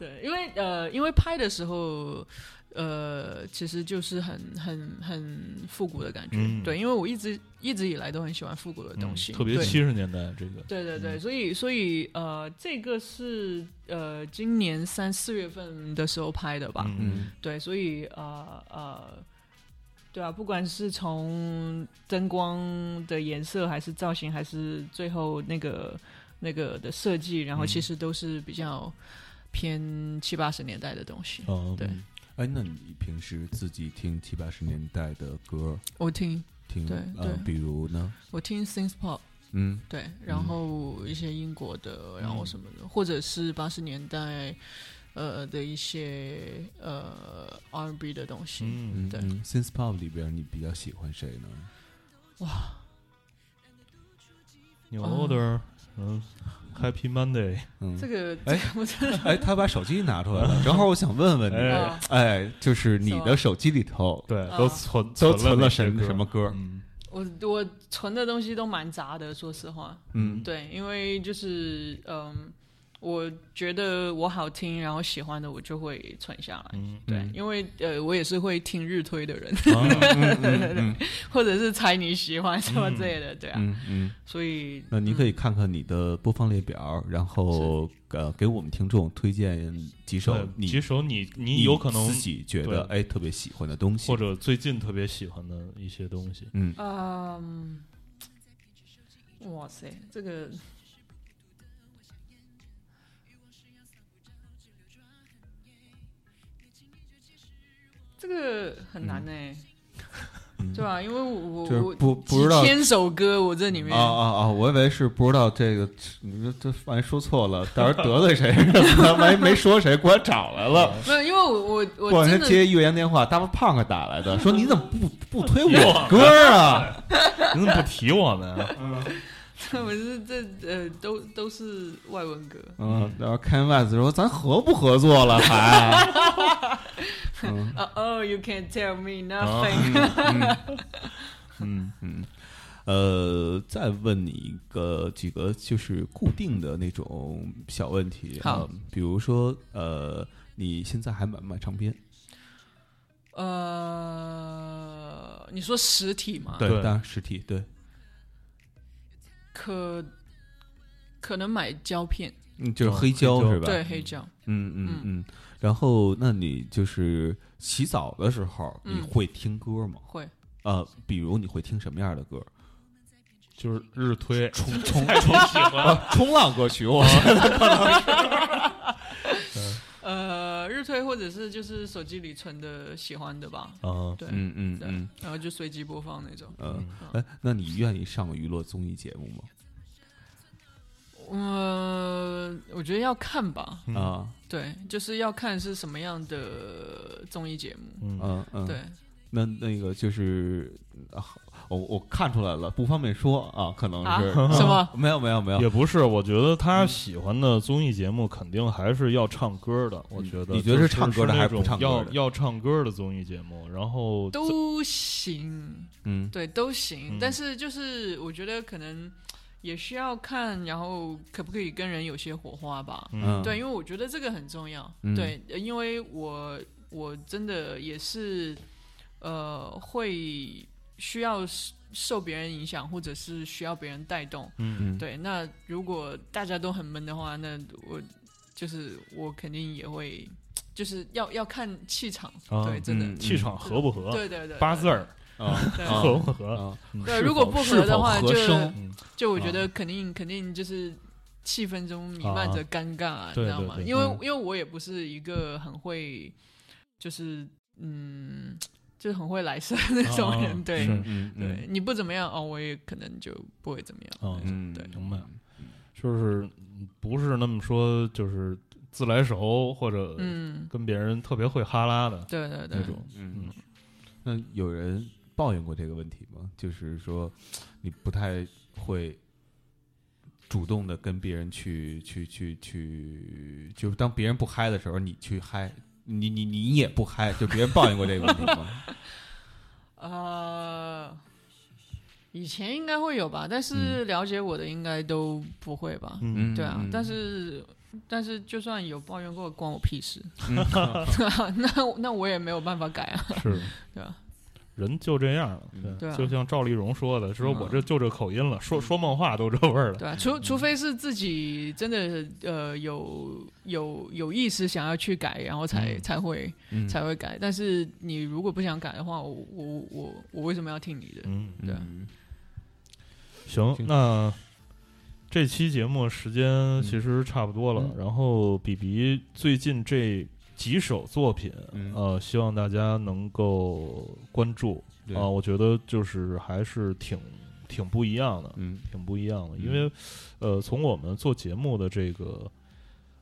[SPEAKER 3] 对，因为呃，因为拍的时候，呃，其实就是很很很复古的感觉。
[SPEAKER 2] 嗯
[SPEAKER 3] 对，因为我一直一直以来都很喜欢复古的东
[SPEAKER 2] 嗯
[SPEAKER 3] 西，
[SPEAKER 2] 特别
[SPEAKER 3] 对
[SPEAKER 2] 七十年代这个，
[SPEAKER 3] 对对对，
[SPEAKER 2] 嗯
[SPEAKER 3] 所以所以呃，这个是呃今年三四月份的时候拍的吧？
[SPEAKER 2] 嗯，
[SPEAKER 3] 对，所以呃呃，对啊，不管是从灯光的颜色，还是造型，还是最后那个那个的设计，然后
[SPEAKER 2] 嗯
[SPEAKER 3] 其实都是比较偏七八十年代的东西。
[SPEAKER 2] 嗯
[SPEAKER 3] 对
[SPEAKER 1] 哎，那你平时自己听七八十年代的歌，
[SPEAKER 3] 我听
[SPEAKER 1] 听
[SPEAKER 3] 对
[SPEAKER 1] 呃，
[SPEAKER 3] 对
[SPEAKER 1] 比如呢？
[SPEAKER 3] 我听 synth pop，
[SPEAKER 1] 嗯
[SPEAKER 3] 对，然后一些英国的，然后什么的，或者是八十年代。呃的一些呃 R&B 的东西，
[SPEAKER 2] 嗯
[SPEAKER 1] 嗯，
[SPEAKER 3] 对
[SPEAKER 1] 嗯 Synth Pop 里边你比较喜欢谁呢？
[SPEAKER 2] ，New
[SPEAKER 3] 哦
[SPEAKER 2] Order，嗯，Happy Monday，
[SPEAKER 1] 嗯，
[SPEAKER 3] 这个
[SPEAKER 1] 哎
[SPEAKER 3] 这个我真的
[SPEAKER 1] 哎，他把手机拿出来了，正好我想问问你，
[SPEAKER 2] 哎
[SPEAKER 3] 啊
[SPEAKER 1] 哎，就是你的手机里头
[SPEAKER 2] 对
[SPEAKER 3] 啊，
[SPEAKER 2] 都存
[SPEAKER 1] 都存
[SPEAKER 2] 了
[SPEAKER 1] 了
[SPEAKER 2] 那
[SPEAKER 1] 什
[SPEAKER 2] 些歌
[SPEAKER 1] 什么？歌？
[SPEAKER 2] 嗯
[SPEAKER 3] 我我存的东西都蛮杂的，说实话。
[SPEAKER 1] 嗯，
[SPEAKER 3] 对，因为就是嗯，我觉得我好听，然后喜欢的我就会存下来。
[SPEAKER 2] 嗯，
[SPEAKER 3] 对，
[SPEAKER 1] 嗯
[SPEAKER 3] 因为呃，我也是会听日推的人，
[SPEAKER 2] 啊
[SPEAKER 1] 哦
[SPEAKER 2] *laughs*
[SPEAKER 3] 或者是猜你喜欢什么之类的，对啊。
[SPEAKER 1] 嗯嗯，
[SPEAKER 3] 所以
[SPEAKER 1] 那您可以看看你的播放列表，然后呃，给我们听众推荐几首
[SPEAKER 2] 对
[SPEAKER 1] 你
[SPEAKER 2] 几首嗯你你有可能
[SPEAKER 1] 自己觉得哎特别喜欢的东西，
[SPEAKER 2] 或者最近特别喜欢的一些东
[SPEAKER 1] *laughs*
[SPEAKER 2] 西，
[SPEAKER 1] 嗯
[SPEAKER 3] 嗯，哇塞，这个这个很难呢、
[SPEAKER 1] 嗯
[SPEAKER 3] 对吧？因为我
[SPEAKER 1] 就是
[SPEAKER 3] 我
[SPEAKER 1] 不不知道
[SPEAKER 3] 几千首歌，我这里面
[SPEAKER 1] 啊啊啊！我以为是不知道这个，你说这万一说错了，到时候得罪谁什么的， *laughs* 万一没说谁，给我找来了。
[SPEAKER 3] 没有，因为我我
[SPEAKER 1] 过两
[SPEAKER 3] 我真
[SPEAKER 1] 天
[SPEAKER 3] 的
[SPEAKER 1] 接岳阳电话，大胖胖哥打来的，说你怎么不不推我歌啊？
[SPEAKER 2] 你怎么不提我们啊？
[SPEAKER 3] *laughs* 我是这呃都都是外文歌，
[SPEAKER 1] 嗯，然后 Ken West 说咱合不合作了还？ *laughs*
[SPEAKER 3] 哦、哦，You can tell
[SPEAKER 1] *laughs*
[SPEAKER 3] me
[SPEAKER 1] 啊
[SPEAKER 3] nothing，、
[SPEAKER 2] 嗯，
[SPEAKER 1] 呃，再问你一个几个就是固定的那种小问题啊、
[SPEAKER 3] 好
[SPEAKER 1] 比如说呃，你现在还买不买唱片？
[SPEAKER 3] 呃，你说实体吗？
[SPEAKER 2] 对
[SPEAKER 1] 当然实体对。
[SPEAKER 3] 可可能买胶片，
[SPEAKER 1] 嗯，就是
[SPEAKER 2] 哦
[SPEAKER 1] 黑
[SPEAKER 2] 黑
[SPEAKER 1] 胶
[SPEAKER 2] 胶
[SPEAKER 1] 是吧？
[SPEAKER 3] 对，黑胶，
[SPEAKER 1] 嗯嗯嗯。然后，那你就是洗澡的时候，你
[SPEAKER 3] 嗯
[SPEAKER 1] 会听歌吗？
[SPEAKER 3] 会
[SPEAKER 1] 呃，比如你会听什么样的歌？
[SPEAKER 2] *laughs* 就是
[SPEAKER 1] *laughs*
[SPEAKER 2] 日推
[SPEAKER 1] 冲
[SPEAKER 2] *laughs*
[SPEAKER 1] 冲
[SPEAKER 2] 挺喜欢，
[SPEAKER 1] 冲浪歌曲，我
[SPEAKER 3] 呃日推或者是就是手机里存的喜欢的吧，
[SPEAKER 2] 嗯，
[SPEAKER 3] 对，
[SPEAKER 1] *laughs* 嗯嗯
[SPEAKER 3] 对
[SPEAKER 1] 嗯，
[SPEAKER 3] 然后就随机播放那种。 *laughs*
[SPEAKER 1] 呃，哎，那你愿意上娱乐综艺节目吗？
[SPEAKER 3] 嗯呃，我觉得要看吧，
[SPEAKER 2] 嗯
[SPEAKER 1] 啊，
[SPEAKER 3] 对，就是要看是什么样的综艺节目，
[SPEAKER 2] 嗯，
[SPEAKER 1] 嗯嗯，
[SPEAKER 3] 对，
[SPEAKER 1] 那那个就是，啊我我看出来了，不方便说啊，可能是、
[SPEAKER 3] 啊什么
[SPEAKER 1] *laughs* 没有没有没有，
[SPEAKER 2] 也不是，我觉得
[SPEAKER 1] 嗯
[SPEAKER 2] 他喜欢的综艺节目肯定还是要唱歌的，我觉得
[SPEAKER 1] 嗯你觉得是
[SPEAKER 2] 是
[SPEAKER 1] 唱歌的还是不唱歌的
[SPEAKER 2] 要要唱歌的综艺节目，然后
[SPEAKER 3] 都行，
[SPEAKER 1] 嗯
[SPEAKER 3] 对，都行，
[SPEAKER 2] 嗯
[SPEAKER 3] 但是就是我觉得可能也需要看，然后可不可以跟人有些火花吧，
[SPEAKER 1] 嗯，
[SPEAKER 3] 对，因为我觉得这个很重要。
[SPEAKER 1] 嗯
[SPEAKER 3] 对，呃因为我我真的也是呃，会需要受受别人影响，或者是需要别人带动。
[SPEAKER 2] 嗯
[SPEAKER 1] 嗯，
[SPEAKER 3] 对，那如果大家都很闷的话，那我就是我肯定也会，就是要要看气场。
[SPEAKER 2] 啊
[SPEAKER 3] 对，真的。
[SPEAKER 1] 嗯
[SPEAKER 2] 气场合不合，
[SPEAKER 3] 对对对，
[SPEAKER 2] 八字儿
[SPEAKER 1] 啊
[SPEAKER 3] 对
[SPEAKER 1] 啊
[SPEAKER 2] 合不合，
[SPEAKER 1] 啊，
[SPEAKER 3] 对，
[SPEAKER 1] 是
[SPEAKER 3] 如果
[SPEAKER 1] 否
[SPEAKER 3] 不
[SPEAKER 1] 是
[SPEAKER 3] 合的
[SPEAKER 1] 否
[SPEAKER 3] 话，
[SPEAKER 1] 合
[SPEAKER 3] 就
[SPEAKER 1] 声
[SPEAKER 2] 嗯
[SPEAKER 3] 就我觉得肯定肯定就是气氛中弥漫着尴尬，你
[SPEAKER 2] 啊对
[SPEAKER 3] 知道
[SPEAKER 2] 对
[SPEAKER 3] 吗？
[SPEAKER 2] 对
[SPEAKER 3] 因为
[SPEAKER 1] 嗯
[SPEAKER 3] 因为我也不是一个很会，就是嗯，就是很会来事儿那种人，
[SPEAKER 2] 啊啊
[SPEAKER 3] 对
[SPEAKER 2] 是
[SPEAKER 1] 嗯
[SPEAKER 3] 对，你不怎么样哦，我也可能就不会怎么样。
[SPEAKER 2] 嗯
[SPEAKER 1] 嗯，
[SPEAKER 3] 对
[SPEAKER 2] 明白。就是不是那么说，就是自来熟或者
[SPEAKER 3] 嗯，
[SPEAKER 2] 跟别人特别会哈拉的
[SPEAKER 3] 对对对
[SPEAKER 2] 那，
[SPEAKER 3] *laughs*
[SPEAKER 2] 种。
[SPEAKER 1] 嗯，那有人抱怨过这个问题吗？就是说，你不太会主动的跟别人去去去去，就是当别人不嗨的时候，你去嗨，你你你也不嗨，就别人抱怨过这个问题
[SPEAKER 3] *laughs*
[SPEAKER 1] 吗？
[SPEAKER 3] 呃，以前应该会有吧，但是了解我的应该都不会吧。
[SPEAKER 1] 嗯，
[SPEAKER 3] 对啊
[SPEAKER 1] 嗯，
[SPEAKER 3] 但是但是就算有抱怨过，关我屁事。
[SPEAKER 2] 嗯 *laughs*
[SPEAKER 3] 对啊， *laughs* 那那我也没有办法改啊。
[SPEAKER 2] 是，
[SPEAKER 3] *laughs* 对啊，
[SPEAKER 2] 人就这样了
[SPEAKER 1] 嗯，
[SPEAKER 3] 对啊
[SPEAKER 2] 就像赵丽蓉说的，说
[SPEAKER 3] 嗯
[SPEAKER 2] 我这就这口音了，说说梦话都这味儿了。
[SPEAKER 3] 对啊，除除非是自己真的呃有有有意识想要去改，然后才、才会
[SPEAKER 1] 嗯
[SPEAKER 3] 才会改。但是你如果不想改的话，我我我我为什么要听你的？
[SPEAKER 2] 嗯，
[SPEAKER 3] 对啊
[SPEAKER 1] 嗯
[SPEAKER 2] 行，
[SPEAKER 1] 挺
[SPEAKER 2] 那这期节目时
[SPEAKER 3] 嗯
[SPEAKER 2] 间其实差不多了。
[SPEAKER 1] 嗯
[SPEAKER 2] 然后，比比最近这几首作品，
[SPEAKER 1] 嗯
[SPEAKER 2] 呃，希望大家能够关注
[SPEAKER 1] 对
[SPEAKER 2] 啊、我觉得就是还是挺挺不一样的，
[SPEAKER 1] 嗯
[SPEAKER 2] 挺不一样的。
[SPEAKER 1] 嗯
[SPEAKER 2] 因为，呃，从我们做节目的这个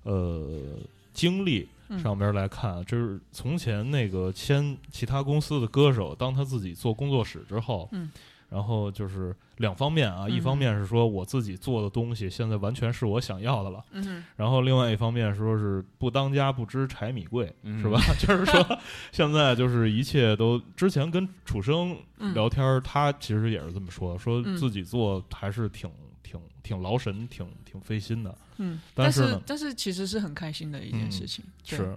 [SPEAKER 2] 呃经历，
[SPEAKER 3] 嗯
[SPEAKER 2] 上边来看，就是从前那个签其他公司的歌手，当他自己做工作室之后，
[SPEAKER 3] 嗯，
[SPEAKER 2] 然后就是两方面啊，一方面是说我自己做的东西现在完全是我想要的了，
[SPEAKER 3] 嗯哼，
[SPEAKER 2] 然后另外一方面说是不当家不知柴米贵，
[SPEAKER 1] 嗯
[SPEAKER 2] 是吧？ *laughs* 就是说现在就是一切都，之前跟楚生
[SPEAKER 3] 嗯
[SPEAKER 2] 聊天儿，他其实也是这么说，说
[SPEAKER 3] 嗯
[SPEAKER 2] 自己做还是挺挺挺劳神，挺挺费心的，
[SPEAKER 3] 嗯，
[SPEAKER 2] 但
[SPEAKER 3] 但
[SPEAKER 2] 是呢嗯
[SPEAKER 3] 但是其实是很开心的一件事情，对，
[SPEAKER 2] 是，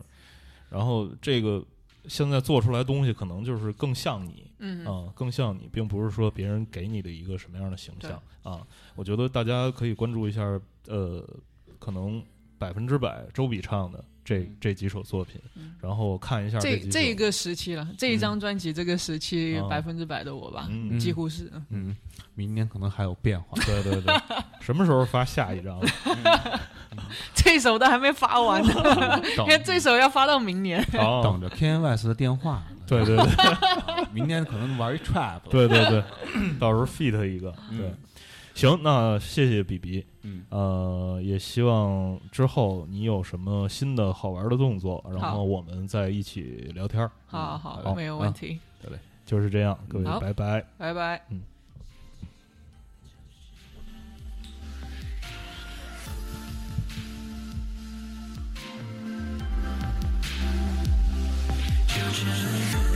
[SPEAKER 2] 然后这个现在做出来的东西可能就是更像你
[SPEAKER 3] 嗯
[SPEAKER 2] 啊、更像你，并不是说别人给你的一个什么样的形象啊。我觉得大家可以关注一下，呃，可能百分之百周笔畅的这
[SPEAKER 1] 嗯
[SPEAKER 2] 这几首作品，
[SPEAKER 3] 嗯
[SPEAKER 2] 然后看一下
[SPEAKER 3] 这
[SPEAKER 2] 几
[SPEAKER 3] 这一
[SPEAKER 2] 首
[SPEAKER 3] 个时期了，这一张专辑这个时期
[SPEAKER 2] 啊
[SPEAKER 3] 百分之百的我吧，
[SPEAKER 2] 嗯，
[SPEAKER 3] 几乎是，嗯 *laughs*
[SPEAKER 1] 嗯，明年可能还有变化。
[SPEAKER 2] 对对对，什么时候发下一张？
[SPEAKER 3] *laughs* 这首都还没发完呢，
[SPEAKER 2] 等
[SPEAKER 3] 因为这首要发到明年。
[SPEAKER 2] 等
[SPEAKER 1] 等，着 K N Y S 的电话，
[SPEAKER 2] 对对对。
[SPEAKER 1] 明年可能玩一 trap，了
[SPEAKER 2] 对对 *laughs* 对，到时候 fit 一个。
[SPEAKER 1] 嗯
[SPEAKER 2] 对，行，那谢谢比比。
[SPEAKER 1] 嗯，
[SPEAKER 2] 呃，也希望之后你有什么新的好玩的动作，然
[SPEAKER 3] 好
[SPEAKER 2] 后我们再一起聊天儿。
[SPEAKER 3] 好好
[SPEAKER 2] 嗯好
[SPEAKER 3] 好，没有问题，
[SPEAKER 2] 就是这样，各位，
[SPEAKER 3] 好
[SPEAKER 2] 拜拜。
[SPEAKER 3] 拜拜。
[SPEAKER 4] 就只是。